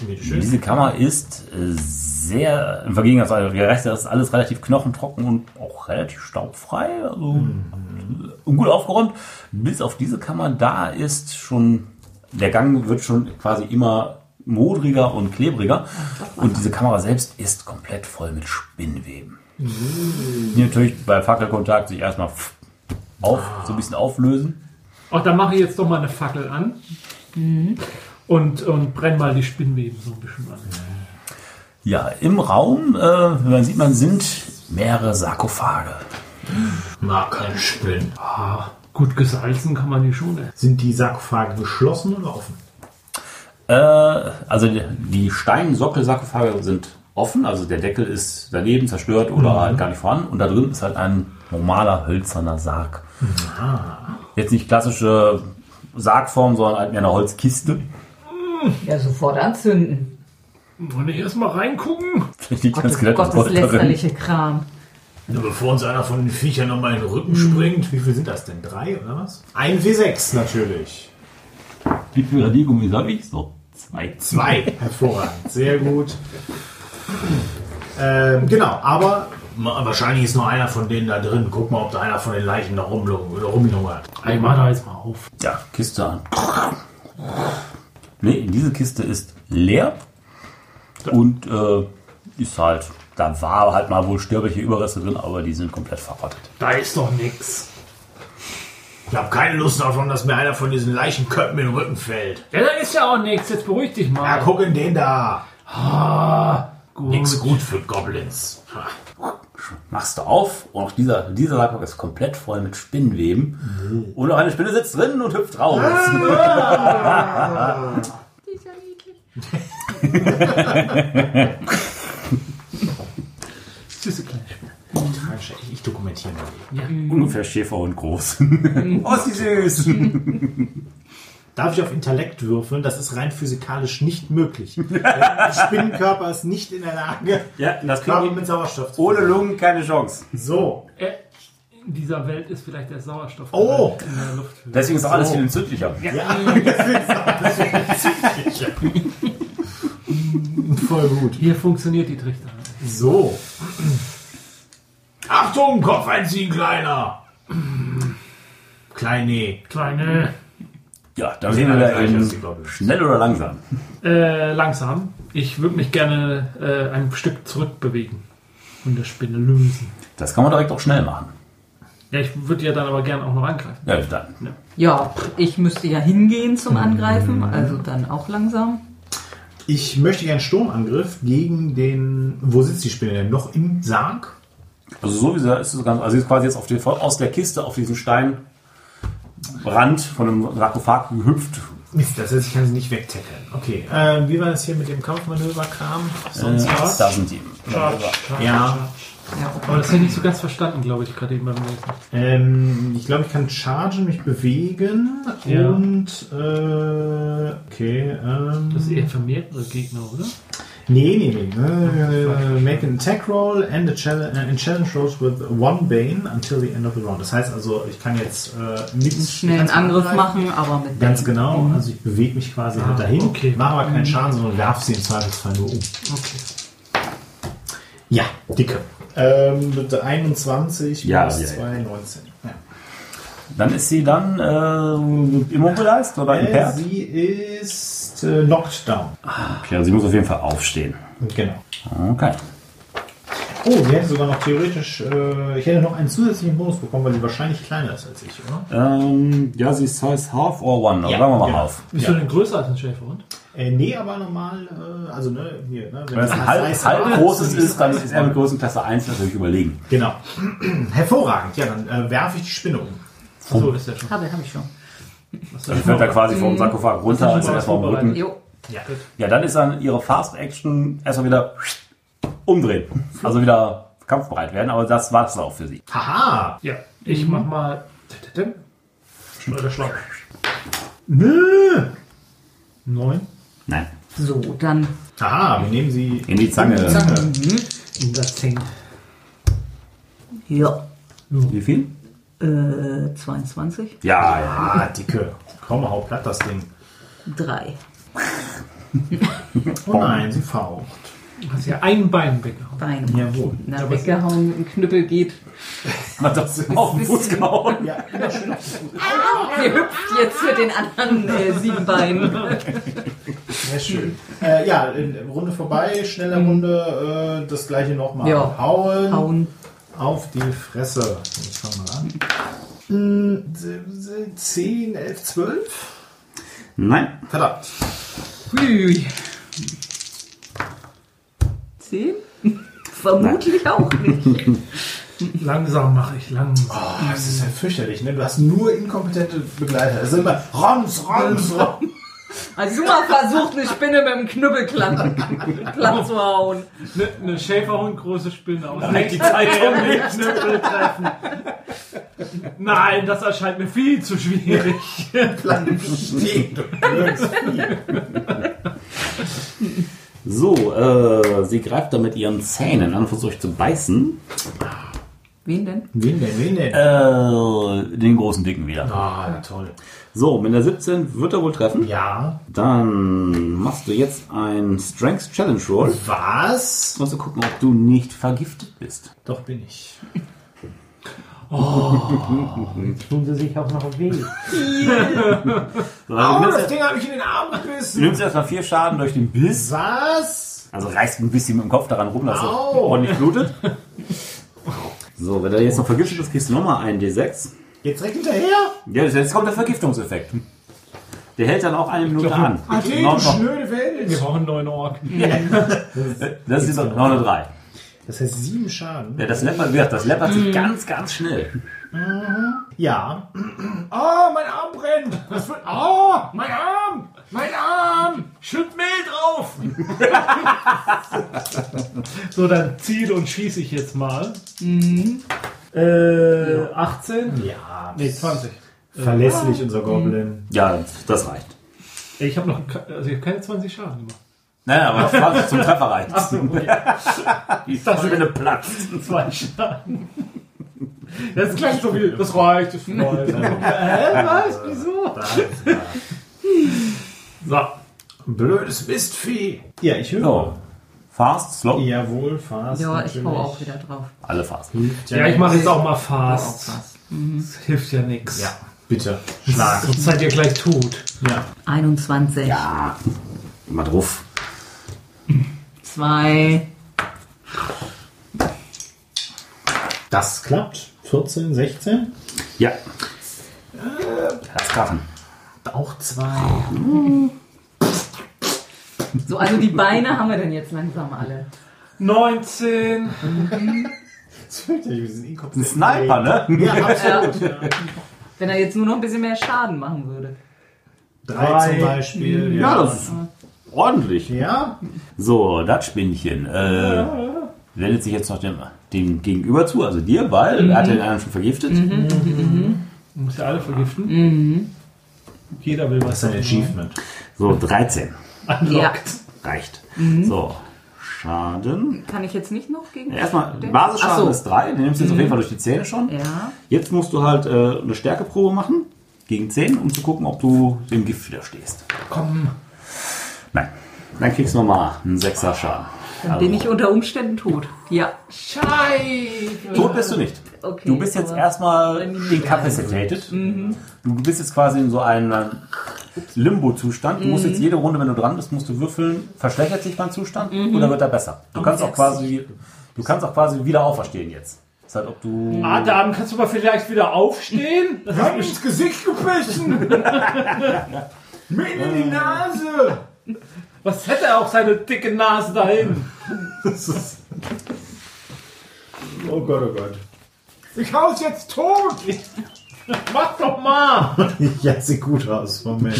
Wie schön. Diese Kammer ist äh, sehr, im Vergleich zu der Rest ist alles relativ knochentrocken und auch relativ staubfrei, also äh, gut aufgeräumt. Bis auf diese Kammer, da ist schon, der Gang wird schon quasi immer modriger und klebriger. Und diese Kamera selbst ist komplett voll mit Spinnweben. Die natürlich bei Fackelkontakt sich erstmal pff, auf, so ein bisschen auflösen. Ach, dann mache ich jetzt doch mal eine Fackel an. Und, und brenn mal die Spinnweben so ein bisschen an. Ja, im Raum, äh, wenn man sieht, man sind mehrere Sarkophage. Na, kein Spinnen. Ah, gut gesalzen kann man die schon. ey. Sind die Sarkophage geschlossen oder offen? Äh, also die- die Steinsockel-Sarkophage sind offen, also der Deckel ist daneben zerstört oder Mhm. halt gar nicht vorhanden. Und da drin ist halt ein normaler hölzerner Sarg. Jetzt nicht klassische Sargform, sondern halt mehr eine Holzkiste. *laughs* Ja, sofort anzünden. Wollen wir erstmal reingucken? Vielleicht liegt ganz Gottes, Skelett und Gottes Gold darin. lästerliche Kram. Nur bevor uns einer von den Viechern nochmal in den Rücken springt. Hm. Wie viel sind das denn? Drei oder was? Ein W6 natürlich. Wie viel Radiergummi habe ich? So, zwei. Zwei. Hervorragend. Sehr gut. Ähm, genau, aber ma- wahrscheinlich ist nur einer von denen da drin. Guck mal, ob da einer von den Leichen da rumlung- oder rumlungert. Ich mach da jetzt mal auf. Ja, Kiste an. Nee, diese Kiste ist leer und äh, ist halt, da war halt mal wohl störliche Überreste drin, aber die sind komplett verrottet. Da ist doch nix. Ich habe keine Lust davon, dass mir einer von diesen Leichenköpfen in den Rücken fällt. Ja, da ist ja auch nix. Jetzt beruhig dich mal. Ja, guck in den da. Ah, gut. Nix gut für Goblins. Ha. Machst du auf und auch dieser, dieser Sargbock ist komplett voll mit Spinnenweben. Und noch eine Spinne sitzt drin und hüpft raus. Ah! Süße kleine Spinne. Mensch, Ich, ich dokumentiere mal. eben. *laughs* Ungefähr Schäferhund groß. *laughs* oh, ist die süß. Darf ich auf Intellekt würfeln? Das ist rein physikalisch nicht *laughs* möglich. Der Spinnenkörper ist nicht in der Lage, *laughs* Ja, das Körper kriegen mit wir Sauerstoff zu ohne Lungen keine Chance. So, Äh, in dieser Welt ist vielleicht der Sauerstoff Oh. in der Luft. Deswegen ist auch alles viel entzündlicher. voll gut. Hier funktioniert die Trichter. So. Achtung, Kopf einziehen, Kleiner! Kleine. Kleine. Ja, da sehen wir alle da gleich aus, eben die Goblins. schnell oder langsam. Äh, langsam. Ich würde mich gerne äh, ein Stück zurückbewegen und der Spinne lösen. Das kann man direkt auch schnell machen. Ja, ich würde ja dann aber gerne auch noch angreifen. Ja, dann. Ja, pff, ich müsste ja hingehen Mhm. zum Angreifen, also dann auch langsam. Ich möchte gerne einen Sturmangriff gegen den. Wo sitzt die Spinne denn? Noch im Sarg? Also so wie sie da ist es ganz, also sie ist quasi jetzt auf den, aus der Kiste auf diesen Steinrand von einem Sarkophag gehüpft. Mist, das heißt, ich kann sie nicht wegtackeln. Okay, ähm, wie war das hier mit dem Kampfmanöver-Kram? Äh, Sonst was? Da sind die. Ja, Ja, okay. Aber das habe ich nicht so ganz verstanden, glaube ich, gerade eben beim Lesen. ähm, ich glaube, ich kann chargen, mich bewegen Ja. und. Äh, okay, ähm. Das ist eher für mehrere Gegner, oder? Nee, nee, nee. Äh, make an attack roll and a challenge, and challenge rolls with one bane until the end of the round. Das heißt also, ich kann jetzt äh, nichts Schnell einen ganz Angriff angreifen. machen, Mhm. Ah, aber mit Ganz genau. Also ich bewege mich quasi halt dahin, okay. mache aber Mhm. keinen Schaden, sondern werfe sie im Zweifelsfall nur um. Okay. Ja, dicke. Ähm, mit 21 Ja, plus ja, ja. 2, 19. Ja. Dann ist sie dann äh, immobilized oder Äh, impaired. sie ist äh, knocked down. Okay, also sie muss auf jeden Fall aufstehen. Genau. Okay. Oh, sie hätte sogar noch theoretisch, äh, ich hätte noch einen zusätzlichen Bonus bekommen, weil sie wahrscheinlich kleiner ist als ich, oder? Ähm, ja, sie ist Size Half or One. aber Ja, sagen wir mal genau. Half. Bist Ja. du denn größer als ein Schäferhund? Äh, nee, aber normal, äh, also ne, hier, ne? Wenn es ein halb, halb großes ist, dann ist er mit Größenklasse 1 natürlich überlegen. Genau. *clears throat* Hervorragend, ja, dann äh, werfe ich die Spinne um. Achso, ist ja schon. Habe, habe ich schon. Dann fällt er quasi vom Sarkophag runter, Genau. als Das ist er erstmal am super Rücken. Jo. Ja. Ja, dann ist dann ihre Fast Action erstmal wieder umdrehen. Also wieder kampfbereit werden, aber das war es auch für sie. Haha! Ja, ich mach mal. Schleuderschlag. Nö! Neun. Nein. So, dann Haha, wir nehmen sie. In die Zange. In der Zehn. ja, Wie viel? äh, 22, Ja, ja. Ah, dicke. Komm, hau platt das Ding. 3. Oh nein, sie faucht. Du hast ja ein Bein weggehauen. Beine. Jawohl. Na, weggehauen, ein Knüppel geht. Hat *laughs* das auf den Fuß gehauen. Ja, Ihr hüpft jetzt mit den anderen äh, sieben Beinen. sehr schön. Äh, ja, in- Runde vorbei, schnelle Runde, äh, das gleiche nochmal. Ja. Hauen. Hauen. Auf die Fresse. Ich fang mal an. Mm, se- se- 10, 11, 12? Nein. Verdammt. Hui. Zehn? Vermutlich auch nicht. Langsam mache ich, langsam. Oh, das Also *laughs* ist ja fürchterlich, ne? Du hast nur inkompetente Begleiter. Das ist immer Roms, Roms, Roms. Also Juma versucht, eine Spinne mit dem Knüppel klappen, klappen zu hauen. Eine ne Schäferhundgröße Spinne aus. reicht die Zeit um den Knüppel treffen. Nein, das erscheint mir viel zu schwierig. Bleib stehen, du blödes Vieh. So, äh, sie greift da mit ihren Zähnen an, und versucht euch zu beißen. Wen denn? Wen denn, wen denn? Äh, den großen Dicken wieder. Ah, na toll. So, mit der 17 wird er wohl treffen. Ja, Dann machst du jetzt ein Strength Challenge Roll. was? Musst du gucken, ob du nicht vergiftet bist. Doch bin ich. Tun sie sich auch noch weh. So, Au, du nimmst, Oh, das Ding hat mich in den Arm gebissen. du nimmst erstmal vier Schaden durch den Biss. Was? Also reißt ein bisschen mit dem Kopf daran rum, dass er Au. ordentlich *laughs* blutet. So, wenn er jetzt noch vergiftet ist, kriegst du nochmal einen D6. Jetzt direkt hinterher? Ja, jetzt kommt der Vergiftungseffekt. Der hält dann auch eine Minute glaub, an. Ade, Noch- du noch- schnöde Wir Welt. brauchen einen neuen Ork. Das ist jetzt noch eine 3. Das heißt sieben Schaden. Ja, das läppert, wie gesagt, das läppert sich ganz, ganz schnell. Ja. Ah, Oh, mein Arm brennt. Was für... Oh, mein Arm. Mein Arm. Schütt Mehl drauf! so, dann ziel und schieße ich jetzt mal. Mhm. Äh, 18? Ja. Nee, 20. Verlässlich, unser Goblin. Ja, das reicht. Ey, Ich habe noch ke- also ich hab keine 20 Schaden gemacht. Naja, aber das *laughs* zum Treffer reicht. Achso, okay. *laughs* Die Spinne platzt. Zwei Schaden. Das klang so wie, das reicht, *laughs* das reicht. Hä, Äh, was? *laughs* Wieso? So. Blödes Mistvieh. Ja, ich höre. So. Fast, slow. Jawohl, fast. Ja, ich hau natürlich. auch wieder drauf. Alle fast. Hilft Ja, ich nichts. mache jetzt auch mal Auch fast. was. Das hilft ja nichts. Ja, bitte. Schlag. Sonst seid ihr gleich tot. Ja. 21. Ja, immer drauf. 2. Das klappt. 14, 16. Ja. Das Krachen. Auch zwei. So, also die Beine haben wir denn jetzt langsam alle. 19. Das fühlt sich wie ein inkompetent- Ein Sniper, ne? Ja, absolut. Wenn er jetzt nur noch ein bisschen mehr Schaden machen würde. Drei zum Beispiel. Ja, das ist ordentlich. Ja, So, das Spinnchen äh, wendet sich jetzt noch dem, dem Gegenüber zu, also dir, weil er hat den anderen schon vergiftet. Du musst ja alle vergiften. Jeder will was. das ist ein Achievement. So, 13. Ja. Reicht. So, Schaden. Kann ich jetzt nicht noch gegen. Erstmal, Basisschaden Ach so. Mhm. ist 3, den nimmst du jetzt auf jeden Fall durch die Zähne schon. Ja. Jetzt musst du halt äh, eine Stärkeprobe machen gegen 10, um zu gucken, ob du dem Gift widerstehst. Komm. Nein. Dann kriegst du nochmal einen 6er Schaden. Dann bin ich unter Umständen tot. Ja. Scheiße. Tot bist du nicht. Okay. Du bist jetzt aber- erstmal incapacitated. Mhm. Du bist jetzt quasi in so einem äh, Limbo-Zustand. Du musst Mhm. jetzt jede Runde, wenn du dran bist, musst du würfeln. Verschlechtert sich mein Zustand Mhm. oder wird er besser? Du kannst auch quasi, du kannst auch quasi wieder auferstehen jetzt. Ist halt, ob du. Adam, kannst du mal vielleicht wieder aufstehen? Das Hm. Hab mich ins Gesicht *laughs* gebissen! Mitten in die Nase! Was hätte er auch seine dicke Nase dahin? Oh Gott, oh Gott. *laughs* Ich hau's jetzt tot! Mach doch mal! *laughs* Ja, sieht gut aus. Moment.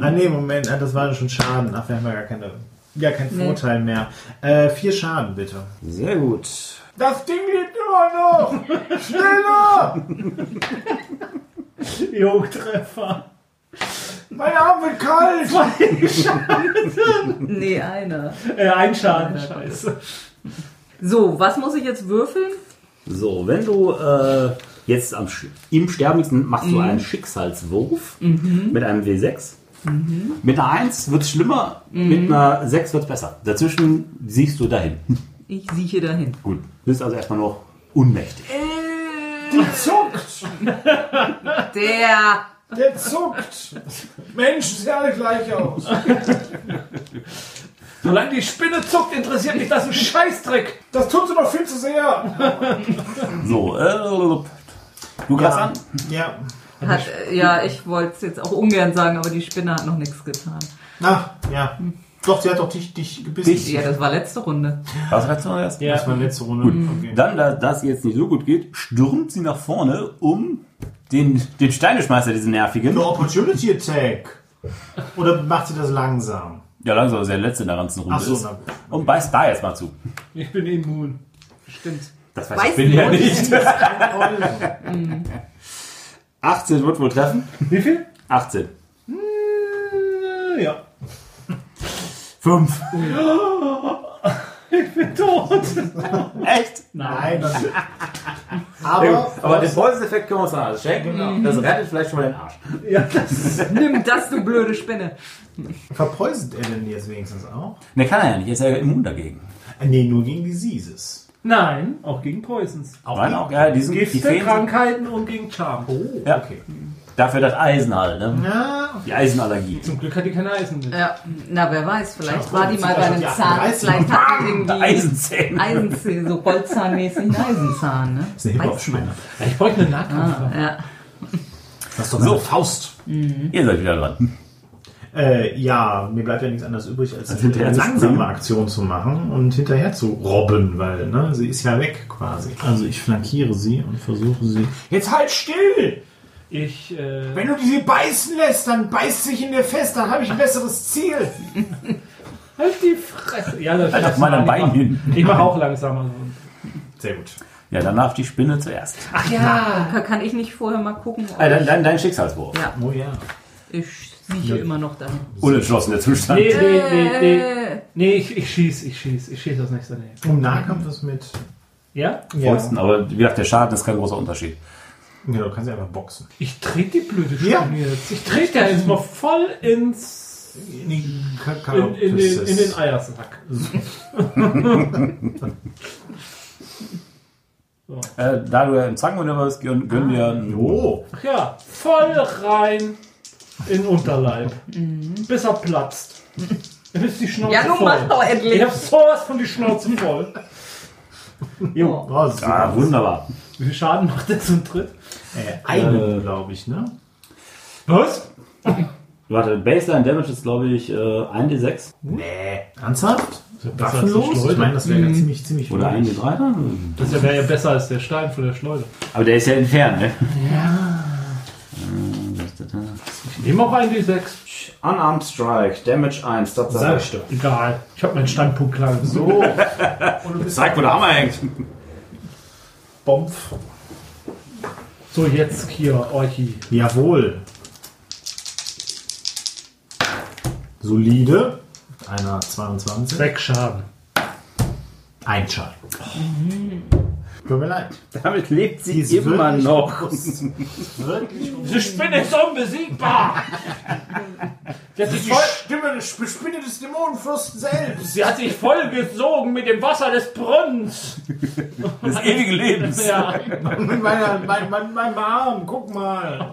ah, nee, Moment. Ah, das war schon Schaden. Ach, wir haben ja gar, keine, gar keinen Vorteil mehr. Äh, vier Schaden, bitte. Sehr gut. Das Ding lebt immer noch! Schneller! Jungtreffer. Mein Arm wird kalt! Nee, einer. Äh, ein Schaden, scheiße. So, was muss ich jetzt würfeln? So, wenn du äh, jetzt am Sch- im Sterblichsten machst Mhm. du einen Schicksalswurf mit einem W6. Mhm. Mit einer 1 wird es schlimmer, mit einer 6 wird es besser. Dazwischen siehst du dahin. Ich sieche dahin. Gut, bist also erstmal noch unmächtig. Die zuckt! *laughs* Der. Der zuckt! Mensch, sieht alle gleich aus! Solange die Spinne zuckt, interessiert mich das ein Scheißdreck. Das tut sie doch viel zu sehr! So, äh, du greifst an. Ja. Hat, äh, ja, ich wollte es jetzt auch ungern sagen, aber die Spinne hat noch nichts getan. Ach, Ah, ja. Doch, sie hat doch dich, dich gebissen. Dich. Ja, das war letzte Runde. Was hast du noch erst? Ja. Das war letzte Runde. Okay. Dann, da das jetzt nicht so gut geht, stürmt sie nach vorne, um den, den Steineschmeißer, diesen nervigen, Eine Opportunity Attack. Oder macht sie das langsam? Ja, langsam ist der letzte in der ganzen Runde. Ach so, ist. na- Und beißt da jetzt mal zu. Ich bin immun. Stimmt. Das Weiß weiß ich bin ja nicht. nicht. *laughs* 18 wird wohl treffen. Wie viel? 18. Äh, Ja. Fünf. Echt? Nein. das- Aber, Aber den Poison-Effekt können wir uns dann alles schenken. Das rettet vielleicht schon mal den Arsch. Nimm das, du blöde Spinne. verpoistet er denn jetzt wenigstens auch? Ne, kann er ja nicht. Er ist ja immun dagegen. Äh, Nee, nur gegen Diseases. Nein, auch gegen Poisons. Auch Nein, auch, ja, die sind, die Gifte, Feen sind Krankheiten und gegen Charme. Oh, Ja. okay. dafür das Eisen halt. Ne? Ja, Die Eisenallergie. Zum Glück hat die keine Eisen mit. Ja, na, wer weiß, vielleicht Ja, war die oh, mal bei einem ja, Zahn. Eisen. Vielleicht hat die irgendwie Eisenzähne. Eisenzähne, so Goldzahn-mäßig einen Eisenzahn, ne? das ist eine Hip-Hop-Spinne. Ich bräuchte eine Nahkampfwaffe. Ja. Das ist doch so. eine Faust. Ihr seid wieder dran. Äh, ja, mir bleibt ja nichts anderes übrig, als Also hinterher eine zu springen. langsame Aktion zu machen und hinterher zu robben, weil ne, sie ist ja weg quasi. Also ich flankiere sie und versuche sie. Jetzt halt still! Ich, äh, Wenn du diese beißen lässt, dann beißt sich in dir fest, dann habe ich ein besseres Ziel. halt die Fresse. Ja, das Halt auf schaffst du meinem mal. Ich Bein mach- hin. Ich mache auch langsamer. Sehr gut. Ja, danach die Spinne zuerst. Ach ja. Kann- Kann ich nicht vorher mal gucken? ob Ah, dein, ich- dein, dein Schicksalswurf. Ja. Oh ja. Ich sieche immer noch da. Unentschlossen der Zustand. Nee, nee, nee, nee. Nee, ich, ich schieß, ich schieß, ich schieß aus nächster Nähe. Im Nahkampf ist mit. Ja? Ja. Fäusten, aber wie gesagt, der Schaden ist kein großer Unterschied. Genau, du kannst einfach boxen. Ich trete die blöde Ja. Spinne jetzt. Ich trete da jetzt mal voll ins. In den in, in, den, in den Kakao. Eiersack. so. Äh, da du ja im Zangenmanöver bist, gönn, gönn dir einen Oh, Ach ja, voll rein in den Unterleib. Bis er platzt. Dann ist die Schnauze Mhm. Ja, nun voll. mach doch endlich. Ich hab sowas von die Schnauze voll. jo. oh das ist Ah, super. wunderbar. Wie viel Schaden macht der zum Tritt? Äh, einen, glaube ich, ne? Was? Warte, Baseline Damage ist, glaube ich, äh, 1d6 Hm? Nee. Ernsthaft? besser als die Waffenlos? Schleuder. Ich meine, das wäre ja ziemlich, ziemlich oder wild. 1d3. Das wäre ja besser als der Stein von der Schleuder. ne? Aber der ist ja entfernt, ne? Ich nehme auch einen D6. Unarmed Strike, Damage 1, Sag Tatsache. ich doch. Egal. Ich habe meinen Standpunkt klar gesucht. So. Und du bist Zeig, wo der Hammer hängt. Bompf. So, jetzt hier, Orchi. Jawohl. Solide. Einer 22. Sechs Schaden. Ein Schaden. Tut mir leid. Damit lebt sie ist Mhm. immer wirklich noch. bewusst. Wirklich bewusst. Diese Spinne ist unbesiegbar! Sie hat, sich Die voll, Stimme des Spinne des Dämonenfürsten selbst. sie hat sich vollgesogen mit dem Wasser des Brunnens! Des ewigen Lebens. Ja. Mit meiner, mein, mein, meinem Arm, guck mal.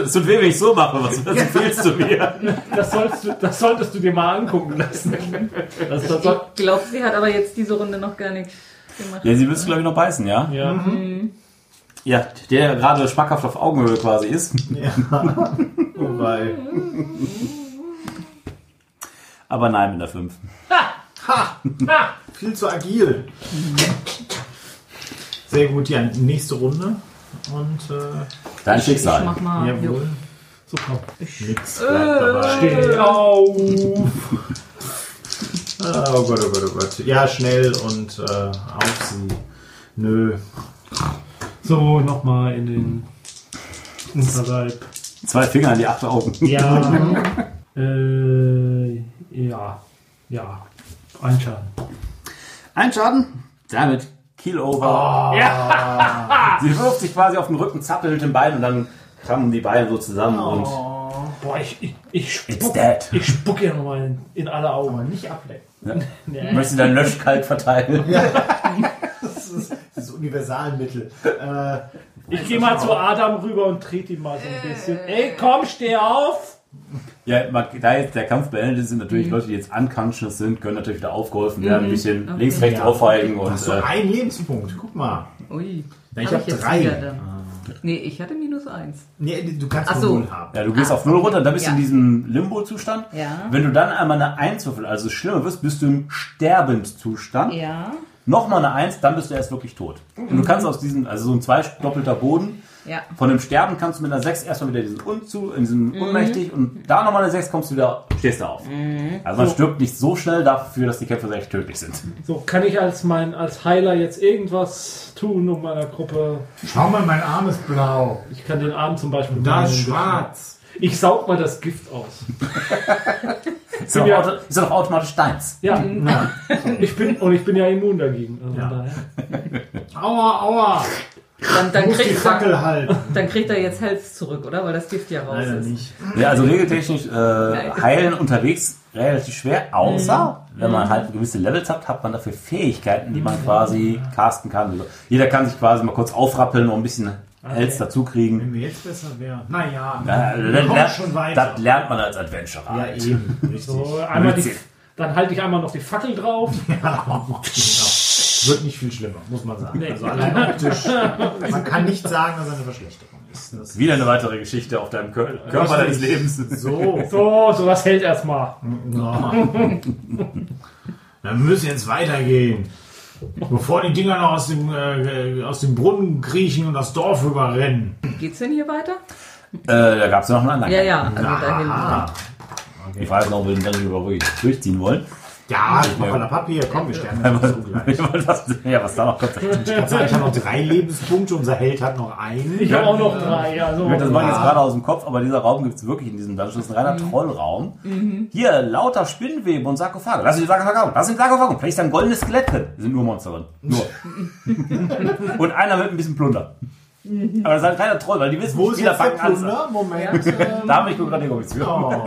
Es tut weh, wenn ich so mache. Was, was empfiehlst du mir? Das, sollst du, das solltest du dir mal angucken lassen. Das, das soll, Ich glaube, sie hat aber jetzt diese Runde noch gar nichts gemacht. Ja, sie müsste, glaube ich, noch beißen, ja? ja. Ja, der gerade schmackhaft auf Augenhöhe quasi ist. Wobei. Aber nein, mit der 5. Ah, Viel zu agil. Sehr gut, ja, nächste Runde. Und äh, Dein Ich Schicksal. mach mal. jawohl. so komm. Nix bleibt Äh, dabei. Steh auf! Ah, Oh Gott, oh Gott, oh Gott. Ja, schnell und äh, auf sie. Nö. So, nochmal in den Unterleib. Zwei Finger an die acht Augen. *laughs* Ja. äh, ja. Ja. Ein Schaden. Ein Schaden. Damit Oh. Keelover. *laughs* Sie wirft sich quasi auf den Rücken, zappelt mit den Beinen und dann krammen die Beine so zusammen Oh. und. Boah, ich, ich, ich It's spuck. dead. Ich spuck ja nochmal in, in alle Augen. Nicht ablenken. Ich möchte dein Löschkalk verteilen. Das ist das Universalmittel. Äh, Ich gehe mal zu Adam rüber und trete ihn mal so ein bisschen. Äh. Ey, komm, steh auf! Ja, Mark, da jetzt der Kampf beendet ist, sind natürlich Mhm. Leute, die jetzt unconscious sind, können natürlich wieder aufgeholfen werden, ein bisschen links, rechts Ja. aufheigen du und. hast so äh, einen Lebenspunkt. Guck mal. Ui. Ja, ich Hab hab drei. Ah. wieder dann. Nee, ich hatte minus eins. Nee, du kannst Ach nur so. null haben. Ja, du gehst auf Null runter, dann bist du Ja. in diesem Limbo-Zustand. Ja. Wenn du dann einmal eine Eins würfelst, also schlimmer wirst, bist du im Sterbendzustand. Ja. Mhm. Nochmal eine Eins, dann bist du erst wirklich tot. Und du kannst aus diesem, also so ein zwei doppelter Boden, Ja. Von dem Sterben kannst du mit einer 6 erstmal wieder diesen Unzu, in diesen Unmächtig und da nochmal eine 6 kommst du wieder, stehst du auf. Also man stirbt nicht so schnell dafür, dass die Kämpfe sehr tödlich *laughs* sind. So, kann ich als mein als Heiler jetzt irgendwas tun, um meiner Gruppe. Schau mal, mein Arm ist blau. Ich kann den Arm zum Beispiel. Da ist meinen- schwarz. Ich saug mal das Gift aus. Ist doch Ja. auto- ist doch automatisch deins. Ja. *laughs* Ich bin, und ich bin ja immun dagegen. Also Ja. daher. Aua, aua. Dann, Du dann, musst die kriegt er, Fackel halten. dann kriegt er jetzt Health zurück, oder? Weil das Gift ja raus Leider ist. nicht. Ja, also regeltechnisch äh, heilen unterwegs relativ schwer, außer wenn man halt gewisse Levels hat, hat man dafür Fähigkeiten, die man quasi casten kann. Also jeder kann sich quasi mal kurz aufrappeln und ein bisschen Hells dazu kriegen. Wenn wir jetzt besser wären. Naja, Ja, wir das- kommen schon weiter. Äh, Das lernt man als Adventurer. Ja, halt. eben. Richtig. So, einmal die, Blödsinn. dann halte ich einmal noch die Fackel drauf. genau. Wird nicht viel schlimmer, muss man sagen. Nee. Also allein optisch. Man kann nicht sagen, dass es eine Verschlechterung ist. Das Wieder eine weitere Geschichte auf deinem Kör- Körper deines Lebens. *laughs* so. So, sowas hält erstmal. *laughs* Na. Wir Oh. müssen jetzt weitergehen. Bevor die Dinger noch aus dem, äh, aus dem Brunnen kriechen und das Dorf überrennen. Geht's denn hier weiter? Äh, da gab es noch einen anderen. Ja, ja, also dahin. Aha. Die Frage ist noch, ob wir den dann überruhig durchziehen wollen. Ja, ich mach mal Papier. Komm, wir sterben *laughs* jetzt so gleich. was, ja, was da *laughs* noch kommt. Ich Ich hab- Ich habe noch drei Lebenspunkte, unser Held hat noch einen. Ich habe auch noch drei. Also, das war jetzt gerade aus dem Kopf, aber dieser Raum gibt es wirklich in diesem Dungeon. Das ist ein reiner Mhm. Trollraum. Hier, lauter Spinnweben und Sarkophage. Lass uns die Sarkophage. Lass uns die Sarkophage. Vielleicht ist da ein goldenes Skelett drin. Das sind nur Monster drin. Nur. *laughs* und einer mit ein bisschen Plunder. Aber das ist ein kleiner Troll, weil die wissen, Mhm. Wo ist Spieler jetzt der fangen an. Plunder? Moment. ähm, Da habe ich mir gerade nicht nichts für. Oh,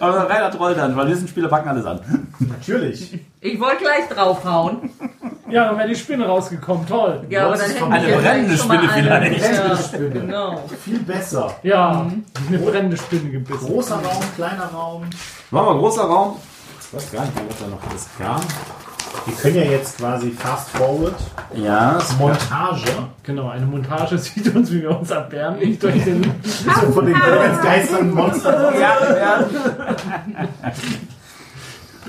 Aber das ist ein reiner Troll dann, weil die wissen, Spieler packen alles an. natürlich. Ich wollte gleich draufhauen. ja, dann wäre die Spinne rausgekommen. Toll. Ja, aber Das dann ist hätte eine ich jetzt brennende schon mal Spinne einen- vielleicht. Ja, Spinne. genau. Viel besser. Ja, eine brennende Spinne gebissen. Großer Raum, kleiner Raum. Machen wir großer Raum. Ich weiß gar nicht, was da noch alles kam. Wir können ja jetzt quasi fast forward Ja, es Montage Genau, eine Montage *laughs* sieht uns, wie wir uns erbärmlich durch den. so von den Geistern Monstern. Ja, ja.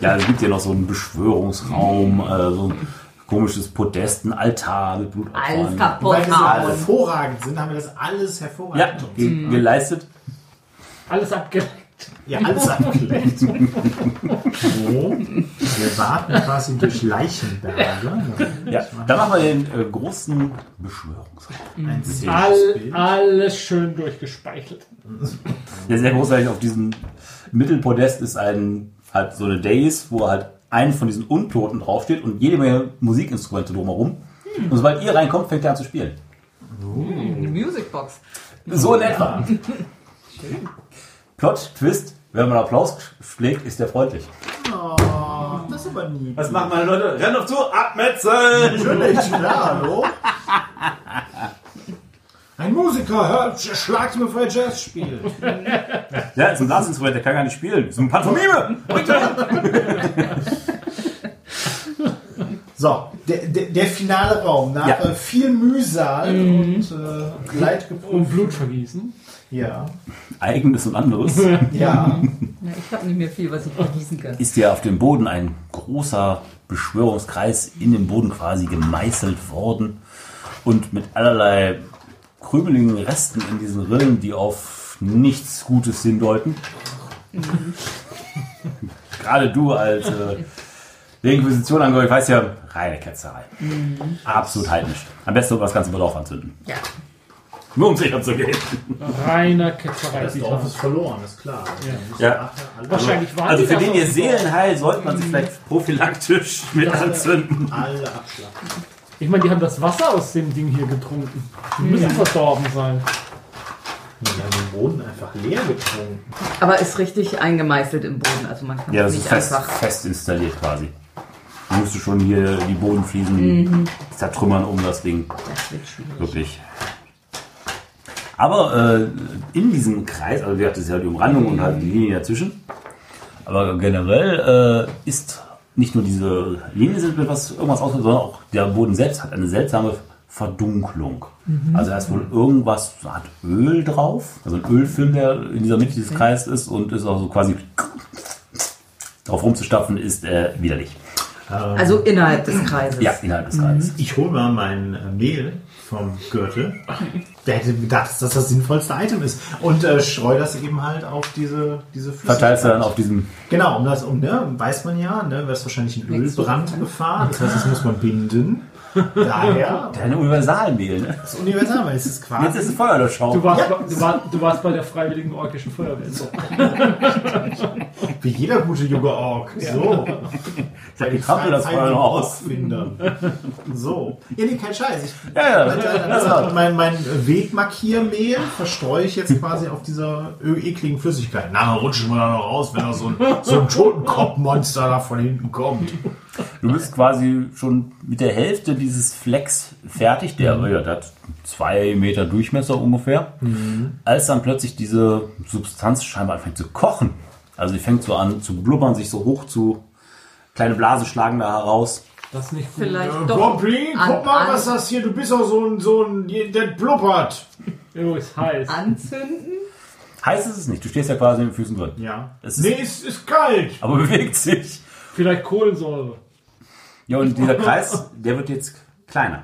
ja, es gibt hier noch so einen Beschwörungsraum, äh, so ein komisches Podest, ein Altar mit Blut. Alles Weil kaputt wir so hauen. hervorragend sind, haben wir das alles Ja, hervorragend. ge geleistet. Alles abgeleckt. Ja, alles abgelenkt. so. Wir warten quasi durch Leichenberge. Ja, dann machen wir den äh, großen Beschwörungsraum. Ein szenisches All, Bild. alles schön durchgespeichelt. Der ist sehr großartig auf diesem Mittelpodest ist ein, halt so eine Days, wo halt ein von diesen Untoten draufsteht und jede Menge Musikinstrumente drumherum. Und sobald ihr reinkommt, fängt er an zu spielen. Eine Musicbox. So in etwa. Plot, Twist, wenn man Applaus schlägt, ist er freundlich. Oh, das ist aber nie. Was machen meine Leute? Renn doch zu, abmetzeln! Natürlich, klar, hallo. Ein Musiker, hört, schlagt mir vor, Jazz spielt. Ja, ist ein Blasinstrument, der kann gar nicht spielen. Ist ein Pantomime! So, der, der, der finale Raum nach Ja. äh, viel Mühsal und äh, Leid Und geprüft. Blut vergießen. Ja, Eigenes und anderes ja. Na, ich habe nicht mehr viel, was ich vergießen kann. ist ja auf dem Boden ein großer Beschwörungskreis in den Boden quasi gemeißelt worden und mit allerlei krümeligen Resten in diesen Rillen, die auf nichts Gutes hindeuten. Gerade du als äh, der Inquisition angehörig, weißt ja, reine Ketzerei. Absolut heidnisch. Am besten das ganze Dorf anzünden. Ja. Nur um sicher zu gehen. Reiner Ketzerei. Das Dorf ist verloren, ist klar. Ja. Ja. Wahrscheinlich waren Also die für das den auch ihr so. Seelenheil sollte man sich vielleicht prophylaktisch mit anzünden. Alle abschlachten. Ich meine, die haben das Wasser aus dem Ding hier getrunken. Die müssen verdorben sein. Die haben den Boden einfach leer getrunken. Aber ist richtig eingemeißelt im Boden. Also man kann Ja, es das ist nicht fest, einfach. fest installiert quasi. Du musst du schon hier die Bodenfliesen zertrümmern um das Ding. Das wird schwierig. Wirklich. Aber äh, in diesem Kreis, also wie gesagt, das ist ja die Umrandung und halt die Linie dazwischen. Aber generell äh, ist nicht nur diese Linie sind mit was irgendwas aus, sondern auch der Boden selbst hat eine seltsame Verdunklung. Also da ist wohl irgendwas, so eine Art Öl drauf, also ein Ölfilm, der in dieser Mitte dieses Kreises ist und ist auch so quasi drauf rumzustapfen, ist äh, widerlich. Ähm, Also innerhalb des Kreises. Mhm. Ja, innerhalb des Kreises. Ich hole mal mein äh, Mehl vom Gürtel. Der hätte gedacht, dass das das sinnvollste Item ist. Und äh, streu das eben halt auf diese, diese Flüssigkeit. Verteilst du dann auf diesem. Genau, um das, um, ne, weiß man ja, ne, wäre es wahrscheinlich ein Nichts zu Ölbrandgefahr. Das heißt, das muss man binden. Daher, Deine Universalmehl, ne? das Universal, weil es ist Jetzt quasi. ist es Feuerlöschschaum. Du warst, bei- du, warst, du warst bei der Freiwilligen Orkischen Feuerwehr. So. Wie jeder gute Yoga Org. So. die Trampel das Feuer noch aus. So. Ja, nee, kein Scheiß. Ich, Ja, ja. Dann- dann- dann- Also, mein, mein Wegmarkiermehl verstreue ich jetzt quasi auf dieser ö- ekligen Flüssigkeit. Na, dann rutschen wir da noch raus, wenn da so ein, so ein Totenkopfmonster da von hinten kommt. Du bist quasi schon mit der Hälfte dieses Flex fertig, der, ja, der hat zwei Meter Durchmesser ungefähr, als dann plötzlich diese Substanz scheinbar anfängt zu kochen. Also die fängt so an zu blubbern, sich so hoch zu, kleine Blasen schlagen da heraus. Das ist nicht gut. Vielleicht Boah, doch. Bling, an- guck mal, an- was das hier, du bist doch so ein, so ein, der blubbert. Jo, ist heiß. Anzünden? Heiß ist es nicht, du stehst ja quasi mit den Füßen drin. Ja. Es ist- nee, es ist kalt. Aber *laughs* bewegt sich. Vielleicht Kohlensäure. Ja, und dieser Kreis, der wird jetzt kleiner.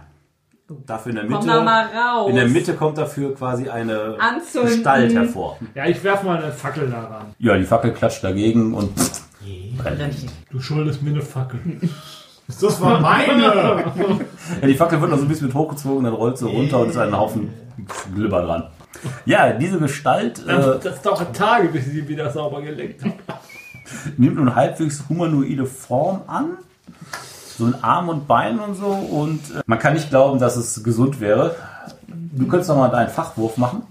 Dafür in der Mitte. Komm da mal raus. In der Mitte kommt dafür quasi eine Anzünden. Gestalt hervor. Ja, ich werf mal eine Fackel da ran. Ja, die Fackel klatscht dagegen und *laughs* Richtig. Du schuldest mir eine Fackel. Das war meine. Ja, die Fackel wird noch so ein bisschen mit hochgezogen, dann rollt sie runter und ist halt ein Haufen Glibber dran. Ja, diese Gestalt äh, Das dauert Tage, bis ich sie wieder sauber geleckt habe. nimmt nun halbwegs humanoide Form an. So ein Arm und Bein und so. Und äh, man kann nicht glauben, dass es gesund wäre. Du könntest noch mal einen Fachwurf machen.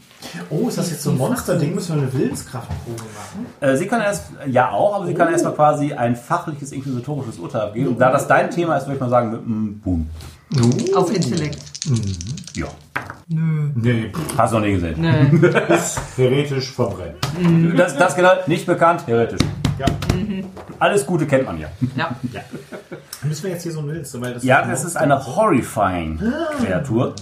Oh, ist das jetzt so ein Monsterding? Müssen wir eine Willenskraftprobe machen? Äh, sie kann erst, ja auch, aber sie kann erstmal quasi ein fachliches inquisitorisches Urteil abgeben. Und da das dein Thema ist, würde ich mal sagen, mit einem Boom. Auf Intellekt. Ja. Nee, Hast du noch nie gesehen. Nö. theoretisch verbrennen. Das, das genau, nicht bekannt, heretisch. Ja. Alles Gute kennt man ja. Ja. Müssen wir jetzt hier so ein Willens, weil das Ja, das ist eine horrifying Kreatur.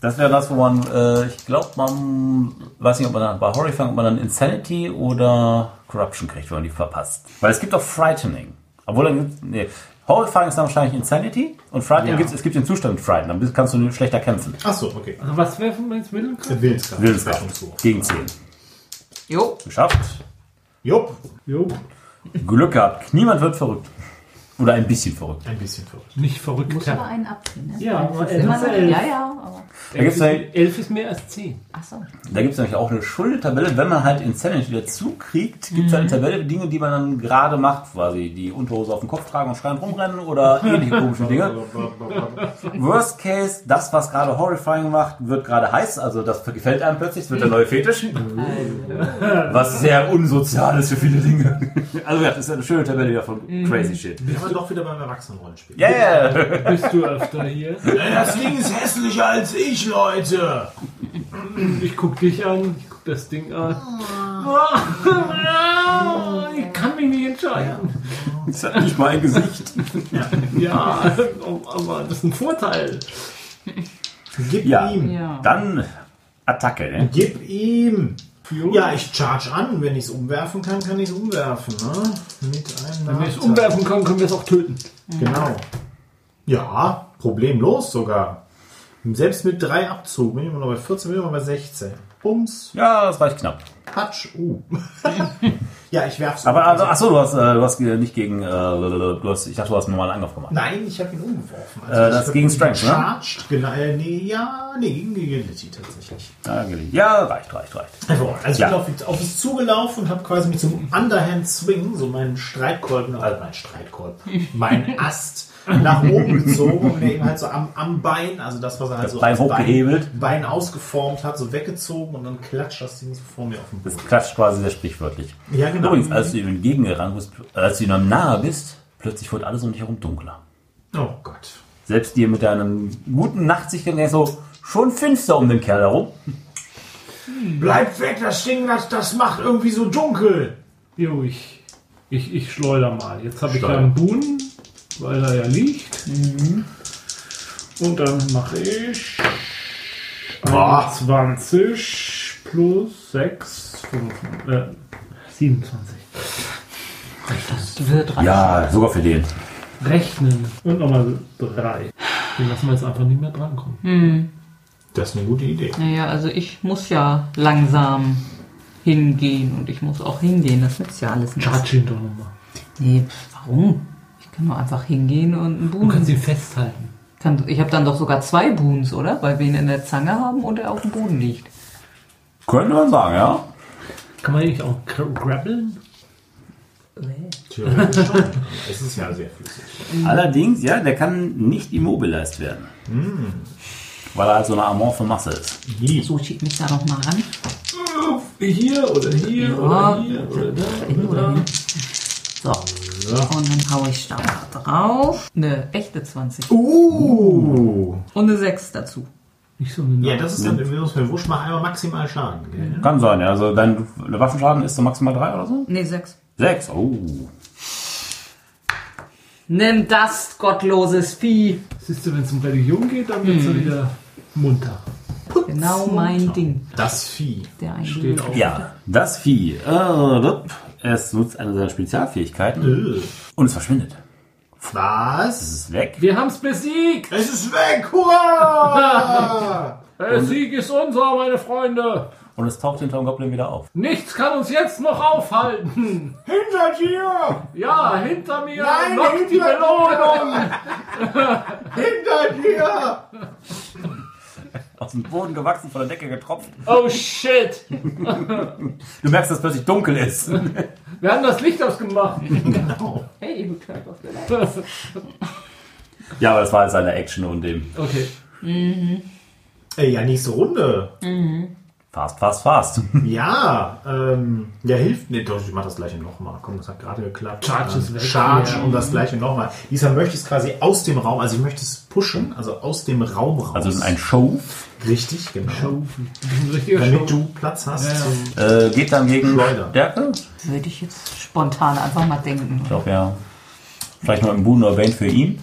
Das wäre das, wo man, äh, ich glaube, man, weiß nicht, ob man dann bei horrifying, ob man dann Insanity oder Corruption kriegt, wenn man die verpasst. Weil es gibt auch frightening. Obwohl, dann gibt's, nee, horrifying ist dann wahrscheinlich Insanity und frightening Ja. gibt's, es gibt den Zustand frighten, dann bist- kannst du schlechter kämpfen. Achso, okay. Also was werfen wir ins Mittelkreis? Willenskraft. Willenskraft. Gegen 10. Jo. Geschafft. Jupp. Jo, Glück gehabt. Niemand wird verrückt. Oder ein bisschen verrückt. Ein bisschen verrückt. nicht verrückt. Muss aber einen abziehen, ne? Ja, das elf ist immer ist noch, elf. ja, ja, aber. Da gibt's elf, elf ist mehr als zehn. Achso. Da gibt es nämlich auch eine Schuldetabelle. Wenn man halt Insanity dazu kriegt, gibt es halt eine Tabelle Dinge, die man dann gerade macht, quasi die Unterhose auf dem Kopf tragen und schreiend rumrennen oder ähnliche komische Dinge. Worst Case, das, was gerade horrifying macht, wird gerade heiß, also das gefällt einem plötzlich, es wird der neue Fetisch. Was sehr unsozial ist für viele Dinge. Also ja, das ist eine schöne Tabelle wieder von Crazy Shit. Wir waren doch wieder beim Erwachsenenrollenspiel. Ja, yeah. ja. Bist du öfter hier? Das Ding ist hässlicher als ich, Leute. Ich guck dich an, ich guck das Ding an. Oh. Ah, Ich kann mich nicht entscheiden. Das hat nicht mein Gesicht. Ja, *laughs* aber das ist ein Vorteil. Gib Ja. ihm. Ja. Dann Attacke, ne? Gib ihm. Jo. Ja, ich charge an. Wenn ich es umwerfen kann, kann ich es umwerfen. Ne? Mit einem Wenn wir es Nachteil. umwerfen können, können wir es auch töten. Genau. Ja, problemlos sogar. Selbst mit drei Abzug bin ich immer noch bei 14, bin ich immer bei 16. Bums, Ja, das reicht knapp. Patsch, uh. *laughs* ja, ich werf's. Aber also, um. achso, du hast, äh, du hast äh, nicht gegen, äh, du hast, ich dachte, du hast einen normalen Angriff gemacht. Nein, ich habe ihn umgeworfen. Also Äh, ich das hab gegen ihn Strength, ne? gecharged, Genau, äh, nee, ja, nee, gegen Agility tatsächlich. Ja, gelegen. Ja, reicht, reicht, reicht. Also, also Ja. ich bin auf, auf es zugelaufen und habe quasi mit so einem Underhand Swing so meinen Streitkolben, also meinen Streitkolben, *laughs* meinen Ast nach oben gezogen und mir eben halt so am, am Bein, also das, was er halt Das so Bein als hochgehebelt. Bein, Bein ausgeformt hat, so weggezogen und dann klatscht das Ding so vor mir auf den Das Boden. klatscht quasi sehr sprichwörtlich. Ja, genau. Übrigens, als du ihm entgegengerannt bist, als du ihm nahe bist, plötzlich wird alles um dich herum dunkler. Oh Gott. Selbst dir mit deinem guten Nachtsicht so schon finster um den Kerl herum. Bleibt weg, das Ding, das, das macht irgendwie so dunkel. Jo, ich, ich, ich schleuder mal. Jetzt habe ich Schleuder. da einen Buhn, weil er ja liegt. Und dann mache ich Boah. 20 plus 6, 25, äh, 27. Das wird rein. Ja, sogar für den. Rechnen. Und nochmal 3. Den lassen wir jetzt einfach nicht mehr drankommen. Das ist eine gute *laughs* Idee. Naja, also ich muss ja langsam hingehen und ich muss auch hingehen. Das nützt ja alles nicht. Charge ihn doch nochmal. Nee, pf, warum? Ich kann doch einfach hingehen und einen Du Boon. kannst ihn festhalten. Kann, ich habe dann doch sogar zwei Boons, oder? Weil wir ihn in der Zange haben und er auf dem Boden liegt. Könnte man sagen, ja. Kann man nicht auch gra- grabbeln? Theoretisch schon. aber es ist ja sehr flüssig. Allerdings, ja, der kann nicht immobilized werden. Hm. Weil er halt so eine Amor von Masse ist. So, schieb mich da noch mal ran. Hier oder hier oder hier oder da. Hin oder hin. So. Und dann hau ich da mal drauf. Eine echte 20. Uh. Und eine 6 dazu. Nicht so eine Ja, das ist dann, wir müssen mit Wusch mal einmal maximal Schaden. Gell? Kann sein, ja. Also dein Waffenschaden ist so maximal 3 oder so? Nee, 6. 6. Oh. Nimm das, gottloses Vieh. Siehst du, wenn es um Religion geht, dann wird es wieder munter. Genau mein Ding. Das Vieh. Der Einblick. Steht auch. Ja, das Vieh. Äh, rup. es nutzt eine seiner Spezialfähigkeiten Äh. und es verschwindet. Was? Es ist weg. Wir haben es besiegt! Es ist weg! *laughs* Hurra! Der Sieg ist unser, meine Freunde! Und es taucht hinter dem Goblin wieder auf. Nichts kann uns jetzt noch aufhalten! *laughs* Hinter dir! Ja, hinter mir Nein, lockt die hinter Belohnung! Hinter dir! Aus dem Boden gewachsen, von der Decke getropft. Oh shit! Du merkst, dass es plötzlich dunkel ist. *laughs* Wir haben das Licht ausgemacht! *laughs* Hey, du Körper vielleicht. Ja, aber das war jetzt eine Action und dem Okay. Ey, ja, nächste Runde. Fast, fast, fast. Ja, ähm, ja, hilft. Nee, doch, ich mach das gleiche nochmal. Komm, das hat gerade geklappt. Charge ist weg. Charge Ja. und das gleiche nochmal. Diesmal möchte ich es quasi aus dem Raum, also ich möchte es pushen, also aus dem Raum raus. Also ein Show. Richtig, genau. Schaufen. Das ist ein richtiger Damit Schaufen. du Platz hast. Ja, ja. zum- Äh, geht dann gegen Schleuder. Stärke? Würde ich jetzt spontan einfach mal denken. Ich glaube ja. Vielleicht noch im Boon oder Bane für ihn.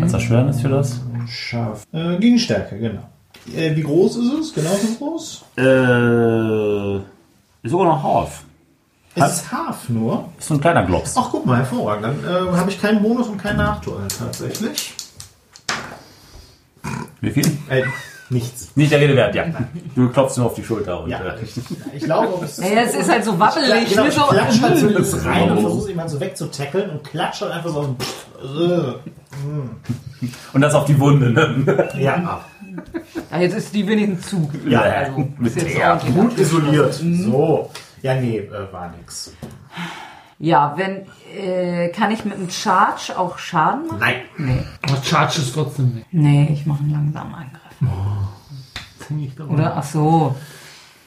Als Erschwernis für das. Scharf. Äh, Gegenstärke, genau. Äh, wie groß ist es? Genauso groß? Äh, ist sogar noch Half. Es ist Half nur. Ist so ein kleiner Globs. Ach, guck mal, hervorragend. Dann äh, habe ich keinen Bonus und keinen Nachteil tatsächlich. Wie viel? Äh, nichts. Nicht der Rede wert, ja. Du klopfst nur auf die Schulter und Ja, äh, richtig. Ich glaube, es ist. Ey, es ist halt so wabbelig. Ich, genau, ich ne, so- klatsche halt so in das rein und Oh. versuche jemanden so wegzutackeln und klatsche halt einfach so aus dem Pff, und das auf die Wunde. Ne? äh, Ja, ab. Ah, jetzt ist die wenigstens zu. Ja, also, mit ist jetzt der. ordentlich Gut abgeschlossen. isoliert. So. Mhm. Ja, nee, äh, war nix. Ja, wenn äh, kann ich mit einem Charge auch Schaden machen? Nein. Nee. Aber Charge ist trotzdem weg. Nee, ich mache einen langsamen Angriff. Oder? Ach so.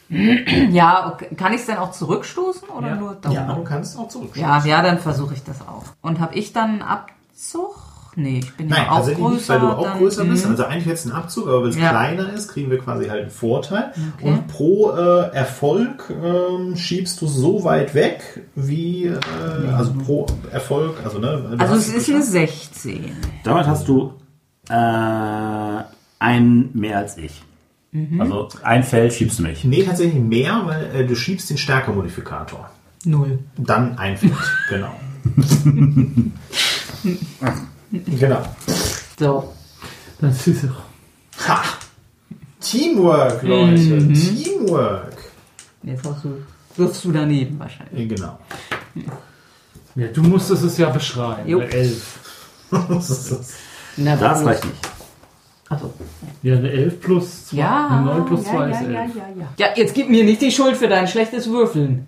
*clears throat* ja, okay. kann ich es denn auch zurückstoßen oder Ja. nur Ja, aber dauern? du kannst auch zurück. Ja, ja, dann versuche ich das auch. Und habe ich dann einen Abzug? Nee, ich bin Nein, ja auch also größer. nicht, weil du auch dann, größer bist. Mhm. Also eigentlich jetzt ein Abzug, aber wenn es Ja. kleiner ist, kriegen wir quasi halt einen Vorteil. Und pro äh, Erfolg ähm, schiebst du so weit weg, wie äh, also pro Erfolg, also ne. du Also hast- es ist eine 16. *laughs* Damit hast du äh, ein mehr als ich. Mhm. Also ein Fell schiebst du mich. Nee, tatsächlich mehr, weil äh, du schiebst den Stärkemodifikator. Null. Dann ein Feld, *laughs* genau. genau. So. Das ist ja. Ha! Teamwork, Leute. Teamwork. Jetzt hast du, wirfst du daneben wahrscheinlich. Äh, Genau. Ja, du musstest es ja beschreiben. Jo. Eine Elf. Das ist das. Na, Das bloß- reicht nicht. Ach so. Ja, eine 11 plus 2. Ja, eine 9 plus 2 ja, ist ja, 11. ja, ja, ja. Ja, jetzt gib mir nicht die Schuld für dein schlechtes Würfeln.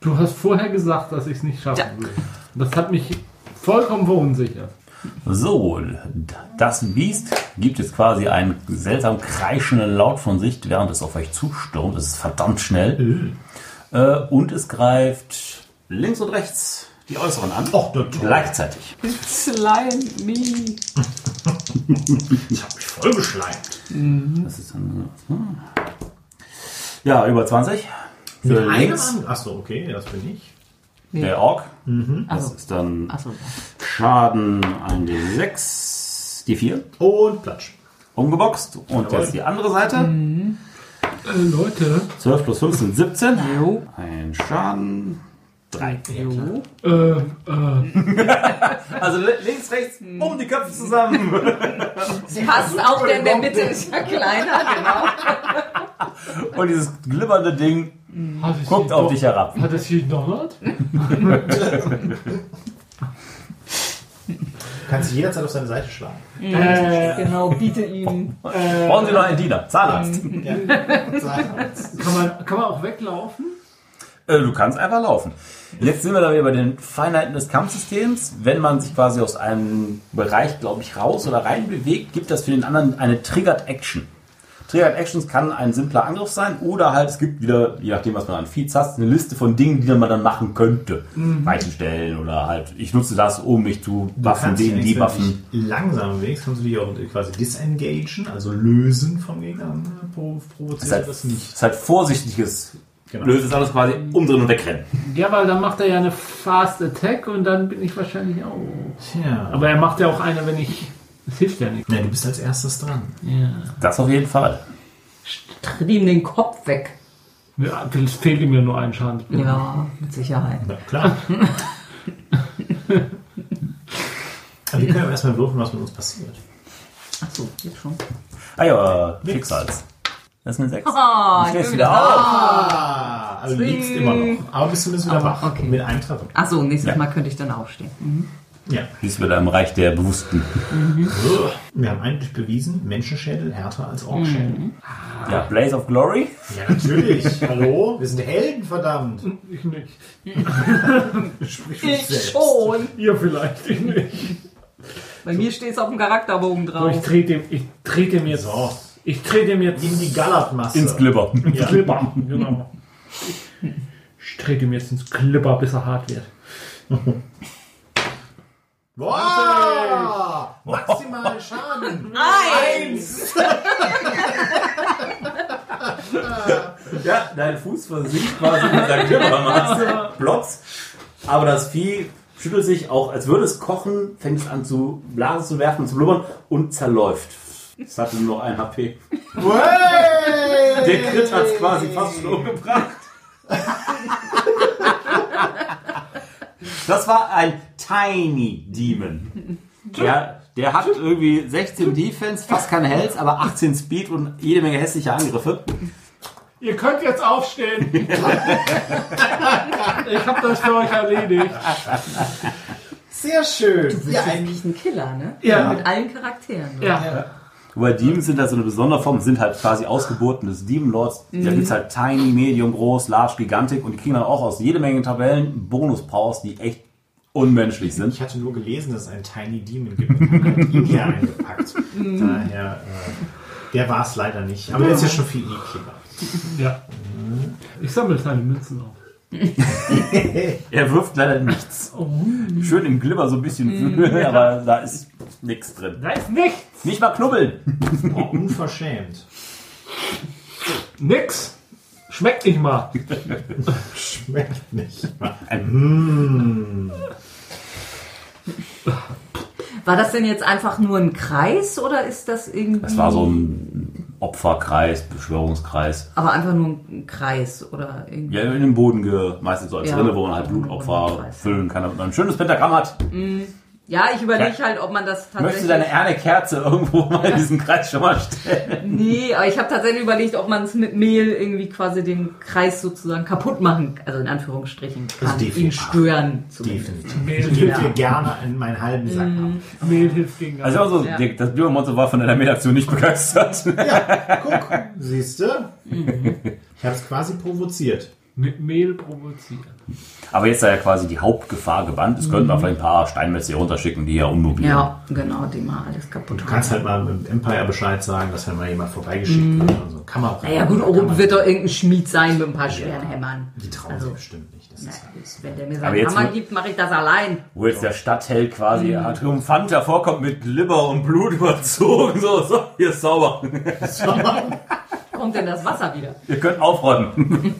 Du hast vorher gesagt, dass ich es nicht schaffen würde. Das hat mich vollkommen verunsichert. So, das Biest gibt jetzt quasi einen seltsam kreischenden Laut von sich, während es auf euch zustürmt. Es ist verdammt schnell. Äh, und es greift links und rechts die Äußeren an. Och, na toll. gleichzeitig. Slime me. Ich hab mich voll beschleimt. Das ist dann, hm. Ja, über 20. Für Mit einem Äh, links Angriff? Achso, okay, das bin ich. der Ork. Das Also, ist dann achso. Schaden an die 6, die 4. Und Platsch. Umgeboxt. Und Jawohl. jetzt die andere Seite. Äh, Leute, 12 plus 5 sind 17. Jo. Ein Schaden. drei. Jo. Äh, äh, Also li- links, rechts, um die Köpfe zusammen. *laughs* Passt auch, denn der Mitte ist ja kleiner, genau. Und dieses glibbernde Ding hat es guckt hier auf doch- dich herab. Hat es hier Donald? Kannst du jederzeit auf seine Seite *laughs* schlagen. Äh, Genau, biete ihm. äh, Brauchen Sie noch einen Diener? Zahnarzt. Ja. kann, man, kann man auch weglaufen? Äh, du kannst einfach laufen. Jetzt sind wir da wieder bei den Feinheiten des Kampfsystems. Wenn man sich quasi aus einem Bereich, glaube ich, raus oder rein bewegt, gibt das für den anderen eine Triggered Action. Triggered Actions kann ein simpler Angriff sein oder halt es gibt wieder, je nachdem, was man an Feeds hat, eine Liste von Dingen, die man dann machen könnte. Mhm. Weichen stellen oder halt, ich nutze das, um mich zu buffen, den, die buffen. Wenn du dich langsam bewegst, kannst du dich auch quasi disengagen, also lösen vom Gegner. ne? Pro, Es provoziert ist, halt, das nicht. ist halt vorsichtiges. Genau. Löst es alles quasi umdrehen und wegrennen. Ja, weil dann macht er ja eine Fast Attack und dann bin ich wahrscheinlich auch. Tja. Aber er macht ja auch eine, wenn ich. Das hilft ja nicht. Ja, du bist als erstes dran. Ja. Das auf jeden Fall. Tritt ihm den Kopf weg. Ja, Es fehlt ihm ja nur ein Schaden. Ja, mit Sicherheit. Na klar. *laughs* Aber wir können aber erstmal würfeln, was mit uns passiert. Achso, jetzt schon. Ah ja, Schicksals. Das ist eine 6. Ah, Du ich stehst bin wieder wieder auf. Ah, also du liegst immer noch. Aber bist zumindest wieder Aber, wach. okay. Mit einem Treffer. Achso, nächstes Ja. Mal könnte ich dann aufstehen. Ja. Du bist wieder im Reich der Bewussten. Wir haben eigentlich bewiesen, Menschenschädel härter als Orkschädel. Ja, Blaze of Glory. Ja, *laughs* natürlich. Hallo? Wir sind Helden, verdammt. Ich nicht. Sprich für dich Ich selbst. schon. Ihr vielleicht, ich nicht. Bei mir steht es auf dem Charakterbogen Aber ich drauf. trete ihm, ich trete ihm jetzt. So. Ich trete ihm jetzt In die Gallertmasse. Ins Glibber. Ja. Klipper. Genau. Ich trete ihm jetzt ins Klipper, bis er hart wird. Wow! Maximal Schaden. Eins! Ja, dein Fuß versinkt quasi in dieser Glibbermasse. Plotz. Aber das Vieh schüttelt sich auch, als würde es kochen, fängt es an zu Blasen zu werfen, zu blubbern und zerläuft. Es hatte nur noch ein HP. *laughs* Hey! Der Crit hat es quasi fast schon umgebracht. Das war ein Tiny Demon. Der, der hat irgendwie 16 Defense, fast keine Health, aber 18 Speed und jede Menge hässliche Angriffe. Ihr könnt jetzt *laughs* aufstehen. ich habe das für euch erledigt. Sehr schön. Ja, ein Eigentlich ein Killer, ne? Ja. Mit allen Charakteren. Ja. Wobei Demons sind das so eine besondere Form, sind halt quasi Ausgeburten des Demon Lords. Da gibt es halt Tiny, Medium, Groß, Large, Gigantic und die kriegen dann auch aus jede Menge Tabellen Bonus-Powers, die echt unmenschlich sind. Ich hatte nur gelesen, dass es einen Tiny Demon gibt. und man hat ihn *laughs* hier eingepackt. Mhm. Daher, äh, der war es leider nicht. Aber der ist ja schon viel ekliger. ja. Ich sammle seine Münzen auf. Er wirft leider *laughs* nichts. Oh. Schön im Glibber so ein Mhm. bisschen, aber da ist nichts drin. Da ist nichts. Nicht mal knubbeln. Boah, unverschämt. *laughs* Nix. Schmeckt nicht mal. Schmeckt nicht. mal. War das denn jetzt einfach nur ein Kreis oder ist das irgendwie. Das war so ein Opferkreis, Beschwörungskreis. Aber einfach nur ein Kreis oder irgendwie. Ja, in den Boden gemeißelt, so als Ja. Mhm. Rille, wo man halt Blutopfer füllen kann, damit man ein schönes Pentagramm hat. Ja, ich überlege halt, ob man das Möchtest tatsächlich. du deine Erne Kerze irgendwo *laughs* mal in diesen Kreis schon mal stellen? nee, aber ich habe tatsächlich überlegt, ob man es mit Mehl irgendwie quasi den Kreis sozusagen kaputt machen, also in Anführungsstrichen, kann. Also definitiv. ihn stören zumindest. Definitiv. Ich gebe dir gerne in meinen halben Sack Mhm. ab. Mehl hilft gegen Also, also Ja. der, das Glibbermonster war von deiner Mediation nicht begeistert. Guck, siehst du? Mhm. Ich habe es quasi provoziert. Mit Mehl provozieren. *laughs* Aber jetzt sei ja quasi die Hauptgefahr gebannt. Es könnten da vielleicht ein paar Steinmetze hier runterschicken, die ja ummobilieren. Mhm. Ja, genau, die mal alles kaputt Du machen. kannst halt mal im Empire Bescheid sagen, dass wenn mal jemand vorbeigeschickt wird. Also kann man auch. Naja, Mhm. gut, kann man- oben wird doch irgendein Schmied sein mit ein paar schweren Hämmern. Die trauen Also, sich bestimmt nicht. Das na, ist halt- alles. wenn der mir Aber seinen jetzt Hammer mu- gibt, mache ich das allein. Wo jetzt der Stadtheld quasi äh, triumphant hervorkommt mit Glibber und Blut überzogen. So, so, hier ist sauber. Kommt denn das Wasser wieder? Ihr könnt aufräumen.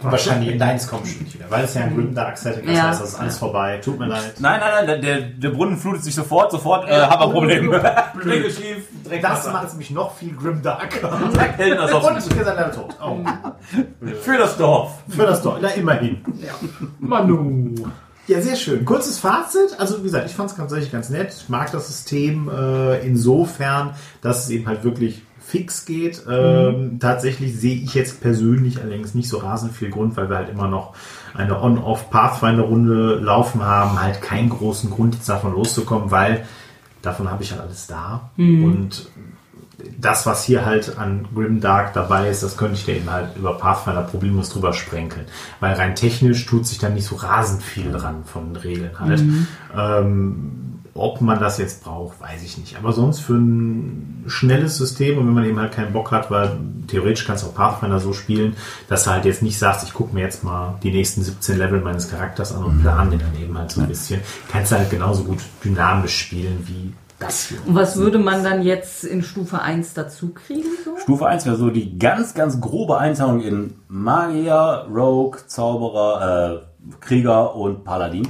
Wahrscheinlich, nein, es kommt schon nicht wieder, weil es ja ein gründer Achse ist. Das Mhm. Ja. heißt, das ist alles vorbei. Tut mir leid. Nein, nein, nein, der- der, der Brunnen flutet sich sofort, sofort, äh, haben wir Probleme. Blicke schief, direkt Das macht es mich noch viel *laughs* grimdarker. Zack, hält das Und auf ist gesagt, tot. Oh. Für das Dorf. *laughs* Für das Dorf, na immerhin. Manu. Ja, sehr schön. Kurzes Fazit. Also wie gesagt, ich fand es tatsächlich ganz nett. Ich mag das System äh, insofern, dass es eben halt wirklich fix geht. Ähm, tatsächlich sehe ich jetzt persönlich allerdings nicht so rasend viel Grund, weil wir halt immer noch eine On-Off-Pathfinder-Runde laufen haben. Halt keinen großen Grund, jetzt davon loszukommen, weil davon habe ich halt alles da. Und das, was hier halt an Grimdark dabei ist, das könnte ich dir eben halt über Pathfinder problemlos drüber sprenkeln. Weil rein technisch tut sich da nicht so rasend viel dran von den Regeln halt. Ähm, ob man das jetzt braucht, weiß ich nicht. Aber sonst für ein schnelles System und wenn man eben halt keinen Bock hat, weil theoretisch kannst du auch Pathfinder so spielen, dass du halt jetzt nicht sagst, ich gucke mir jetzt mal die nächsten 17 Level meines Charakters an und plan den dann eben halt so ein bisschen. Kannst du halt genauso gut dynamisch spielen wie das hier. Und was würde man dann jetzt in Stufe 1 dazu kriegen? So? Stufe 1 wäre so die ganz, ganz grobe Einteilung in Magier, Rogue, Zauberer, äh, Krieger und Paladin.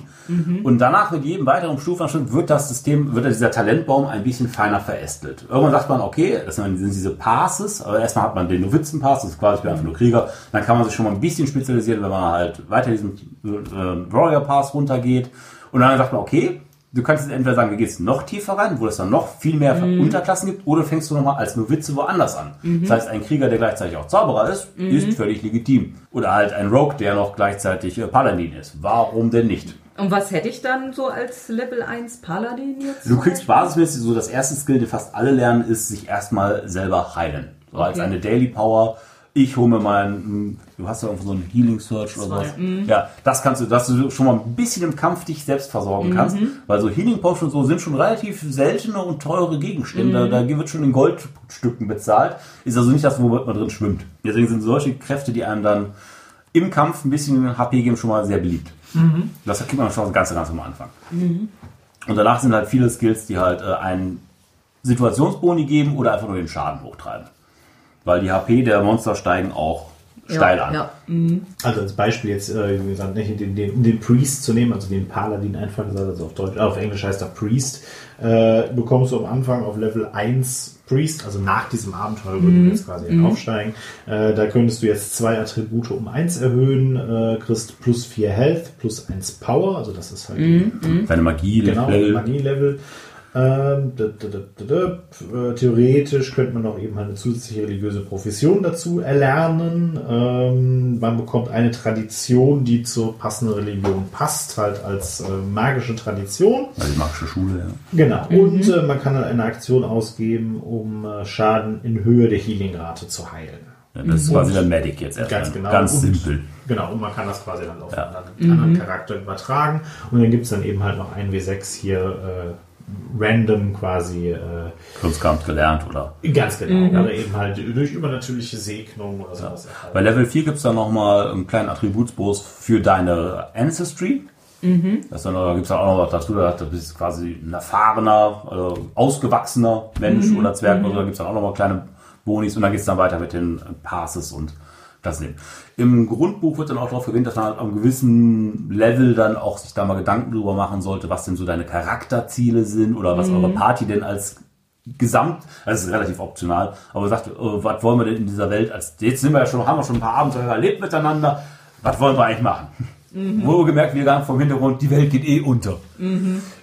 Und danach mit jedem weiteren Stufenabschnitt wird das System, wird dieser Talentbaum ein bisschen feiner verästelt. Irgendwann sagt man, okay, das sind sind diese Passes, aber erstmal hat man den Novizenpass, das ist quasi ich bin einfach nur Krieger. Dann kann man sich schon mal ein bisschen spezialisieren, wenn man halt weiter diesen äh, Warrior Pass runtergeht. Und dann sagt man, okay, Du kannst jetzt entweder sagen, du gehst noch tiefer rein, wo es dann noch viel mehr Unterklassen gibt, oder fängst du nochmal als Novize woanders an. Das heißt, ein Krieger, der gleichzeitig auch Zauberer ist, ist völlig legitim. Oder halt ein Rogue, der noch gleichzeitig äh, Paladin ist. Warum denn nicht? Und was hätte ich dann so als Level 1 Paladin jetzt? Du kriegst basismäßig so das erste Skill, den fast alle lernen, ist sich erstmal selber heilen. So als eine Daily Power. Ich hole mir meinen, hm, du hast ja irgendwo so einen Healing Search oder sowas. Ja, das kannst du, dass du schon mal ein bisschen im Kampf dich selbst versorgen kannst. Weil so Healing Potions und so sind schon relativ seltene und teure Gegenstände. Da, da wird schon in Goldstücken bezahlt. Ist also nicht das, womit man drin schwimmt. Deswegen sind solche Kräfte, die einem dann im Kampf ein bisschen HP geben, schon mal sehr beliebt. Das kriegt man schon ganz, ganz am Anfang. Und danach sind halt viele Skills, die halt äh, einen Situationsboni geben oder einfach nur den Schaden hochtreiben. Weil die HP der Monster steigen auch steil an. Ja. Also als Beispiel jetzt, äh, wie gesagt, nicht den, den, um den Priest zu nehmen, also den Paladin einfach gesagt, also auf Deutsch, auf Englisch heißt er Priest, äh, bekommst du am Anfang auf Level 1 Priest, also nach diesem Abenteuer würden wir jetzt quasi aufsteigen. Äh, da könntest du jetzt zwei Attribute um 1 erhöhen, äh, kriegst plus 4 Health, plus 1 Power, also das ist halt die mhm. Deine Magie, Genau, Level. Magie-Level. Ähm, da, da, da, da, da. Äh, Theoretisch könnte man auch eben halt eine zusätzliche religiöse Profession dazu erlernen. Ähm, man bekommt eine Tradition, die zur passenden Religion passt, halt als äh, magische Tradition. Also die magische Schule, ja. Genau. Und äh, man kann dann eine Aktion ausgeben, um äh, Schaden in Höhe der Healing-Rate zu heilen. ja das Mhm. ist quasi dann Medic jetzt erstmal. Ganz genau. Ganz und, simpel. Genau, und man kann das quasi dann auf einen anderen, anderen Charakter übertragen. Und dann gibt es dann eben halt noch ein W6 hier äh, random quasi. Äh, Kunstkampf gelernt oder. ganz genau. Oder eben halt durch übernatürliche Segnung oder sowas. erhalten. Bei Level 4 gibt es dann nochmal einen kleinen Attributsbonus für deine Ancestry. Das dann, da gibt es dann auch noch was dazu, da bist du quasi ein erfahrener, also ausgewachsener Mensch oder Zwerg oder so. Da gibt es dann auch nochmal kleine Bonis und dann geht es dann weiter mit den Passes und das nehmen. Im Grundbuch wird dann auch darauf verwendet, dass man halt am gewissen Level dann auch sich da mal Gedanken drüber machen sollte, was denn so deine Charakterziele sind oder was eure Party denn als Gesamt, also es ist relativ optional, aber sagt, äh, was wollen wir denn in dieser Welt als, jetzt sind wir ja schon, haben wir schon ein paar Abenteuer erlebt miteinander, was wollen wir eigentlich machen? Wohlgemerkt, wir sagen vom Hintergrund, die Welt geht eh unter.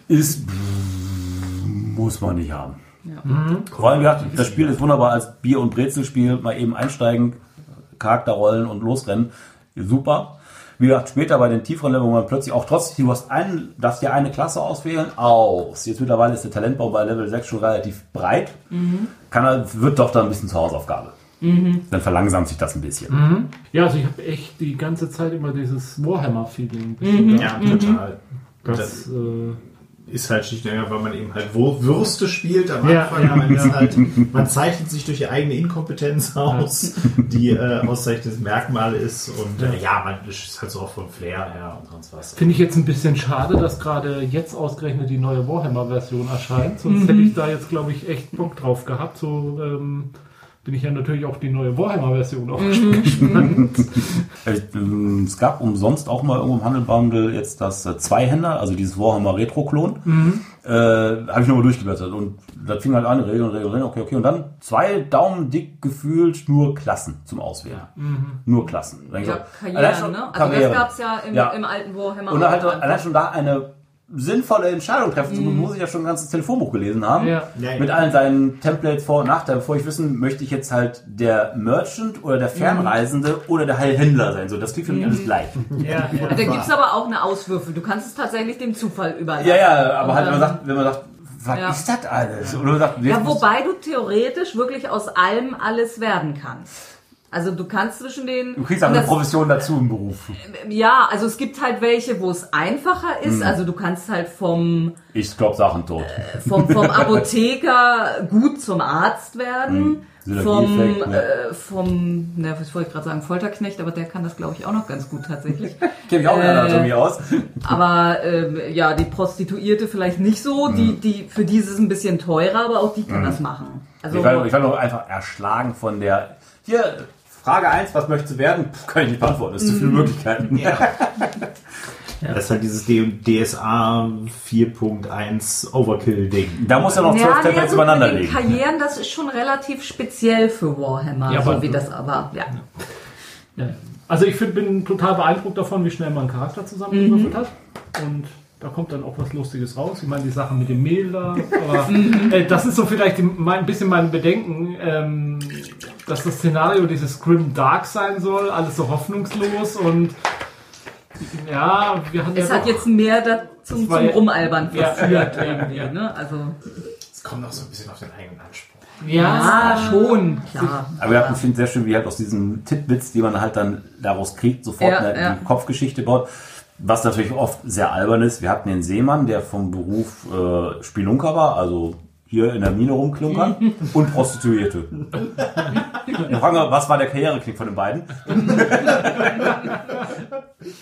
Ist, muss man nicht haben. Vor allem, ja, das Spiel ist wunderbar als Bier- und Brezelspiel, mal eben einsteigen, Charakterrollen und losrennen, super. Wie gesagt, später bei den tieferen Leveln, wo man plötzlich auch trotzdem, du hast einen, darfst dir eine Klasse auswählen, aus. Jetzt mittlerweile ist der Talentbaum bei Level 6 schon relativ breit, Mhm. Kann, er- wird doch dann ein bisschen zur Hausaufgabe. Dann verlangsamt sich das ein bisschen. Mhm. Ja, also ich habe echt die ganze Zeit immer dieses Warhammer-Feeling. ja, total. Das, äh, ist halt schlicht und ergreifend, weil man eben halt Wur- Würste spielt am Ja, Anfang, ja, aber man, ist ja. halt, man zeichnet sich durch die eigene Inkompetenz aus, die äh, auszeichnendes Merkmal ist und äh, ja, man ist halt so auch vom Flair her und sonst was. Finde ich jetzt ein bisschen schade, dass gerade jetzt ausgerechnet die neue Mhm. Warhammer-Version erscheint. Sonst hätte ich da jetzt, glaube ich, echt Bock drauf gehabt. So ähm, bin ich ja natürlich auch die neue Mhm. Warhammer-Version aufgespannt. Äh, ähm, Es gab umsonst auch mal irgendwo im Handelbundle jetzt das äh, Zweihänder, also dieses Warhammer Retro-Klon. Mhm. Äh, Habe ich nochmal durchgeblättert und das fing halt an, Regeln, Regeln, Regeln, okay, okay. Und dann zwei Daumen dick gefühlt nur Klassen zum Auswählen. Nur Klassen. Dann Mhm. Ja, ich so, Karriere, allein schon- ne? Also Karriere. das gab's ja im, Ja. im alten Warhammer. Und dann halt auch. allein schon da eine sinnvolle Entscheidung treffen, zu Mhm. müssen, muss ich ja schon ein ganzes Telefonbuch gelesen haben. Ja. Ja, Mit ja. allen seinen Templates vor und nachteil, bevor ich wissen, möchte ich jetzt halt der Merchant oder der Mhm. Fernreisende oder der Heilhändler sein. So, das klingt für mich alles gleich. Mhm. Ja, ja. da gibt's aber auch eine Auswürfel. Du kannst es tatsächlich dem Zufall überlassen. Ja, ja, aber Und halt, wenn man dann- sagt, wenn man sagt, was Ja. ist das alles? Oder man sagt, jetzt Ja, muss- wobei du theoretisch wirklich aus allem alles werden kannst. Also du kannst zwischen den... du kriegst aber und eine das- Profession dazu im Beruf. Ja, also es gibt halt welche, wo es einfacher ist. Hm. Also du kannst halt vom, Ich glaube Sachen tot. vom, vom Apotheker gut zum Arzt werden. Mhm. Vom, Synergieeffekt, ne? äh, vom, na, was wollte ich gerade sagen, Folterknecht, aber der kann das, glaube ich, auch noch ganz gut tatsächlich. Kenn mich auch mit Äh, Anatomie aus. Aber ähm, ja, die Prostituierte vielleicht nicht so, Mhm. die, die, für die ist es ein bisschen teurer, aber auch die kann das machen. Also, ich, war, ich war nur einfach erschlagen von der. Hier, Frage 1, was möchtest du werden? Puh, kann ich nicht beantworten, es sind zu Mhm. viele Möglichkeiten. Das ist halt dieses D- DSA 4.1 Overkill-Ding. Da muss er noch zwölf Ja, nee, Templates also übereinander mit den legen. Karrieren, das ist schon relativ speziell für Warhammer, Ja, so aber- wie das aber, ja. Ja, ja. Also ich find, bin total beeindruckt davon, wie schnell man einen Charakter Mhm. zusammengewürfelt hat. Und da kommt dann auch was Lustiges raus. Ich meine, die Sache mit dem *laughs* Mehl da. Aber äh, das ist so vielleicht die, mein, ein bisschen mein Bedenken, ähm, dass das Szenario dieses Grim Dark sein soll. Alles so hoffnungslos und ja, wir hatten Es ja hat doch- jetzt mehr da zum, Das war zum ja- Rumalbern Ja. verführt. irgendwie, ne? Also, Es kommt auch so ein bisschen auf den eigenen Anspruch. ja, Ah, schon. klar. Aber wir hatten, finde sehr schön, wie halt aus diesen Titbits, die man halt dann daraus kriegt, sofort Ja, eine, ja. die Kopfgeschichte baut. Was natürlich oft sehr albern ist. Wir hatten den Seemann, der vom Beruf äh, Spelunker war, also hier in der *laughs* Mine rumklunkern und Prostituierte. Dann fragen wir, was war der Karriereknick von den beiden?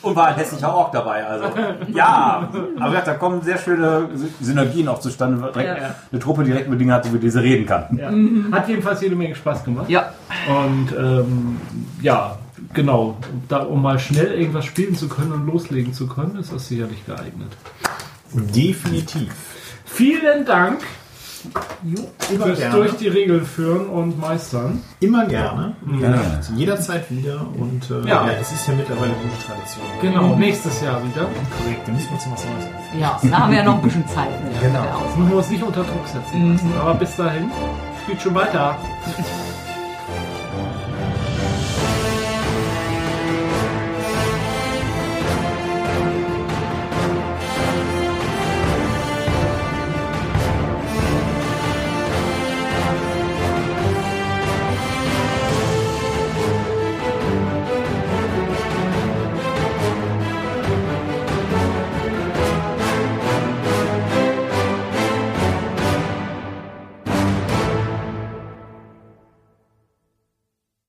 und war ein hässlicher Ork dabei. Also ja, aber ja, da kommen sehr schöne Synergien auch zustande. weil Direkt, Ja. Eine Truppe direkt mit Dingen hat, über die sie reden kann. Ja. Hat jedenfalls jede Menge Spaß gemacht. Ja, Und ähm, ja, genau, da, um mal schnell irgendwas spielen zu können und loslegen zu können, ist das sicherlich geeignet. Definitiv. Vielen Dank Immer fürs gerne. durch die Regeln führen und meistern. Immer gerne. Ja. Jederzeit wieder. Und äh, Ja. ja. es ist ja mittlerweile gute Tradition. Genau, nächstes Jahr wieder. Korrekt. Da müssen wir uns noch was Neues einfallen. ja, da haben wir ja noch ein bisschen Zeit. Ne? Genau. Aus. Mhm. Müssen wir uns nicht unter Druck setzen lassen. Aber bis dahin, spielt schon weiter.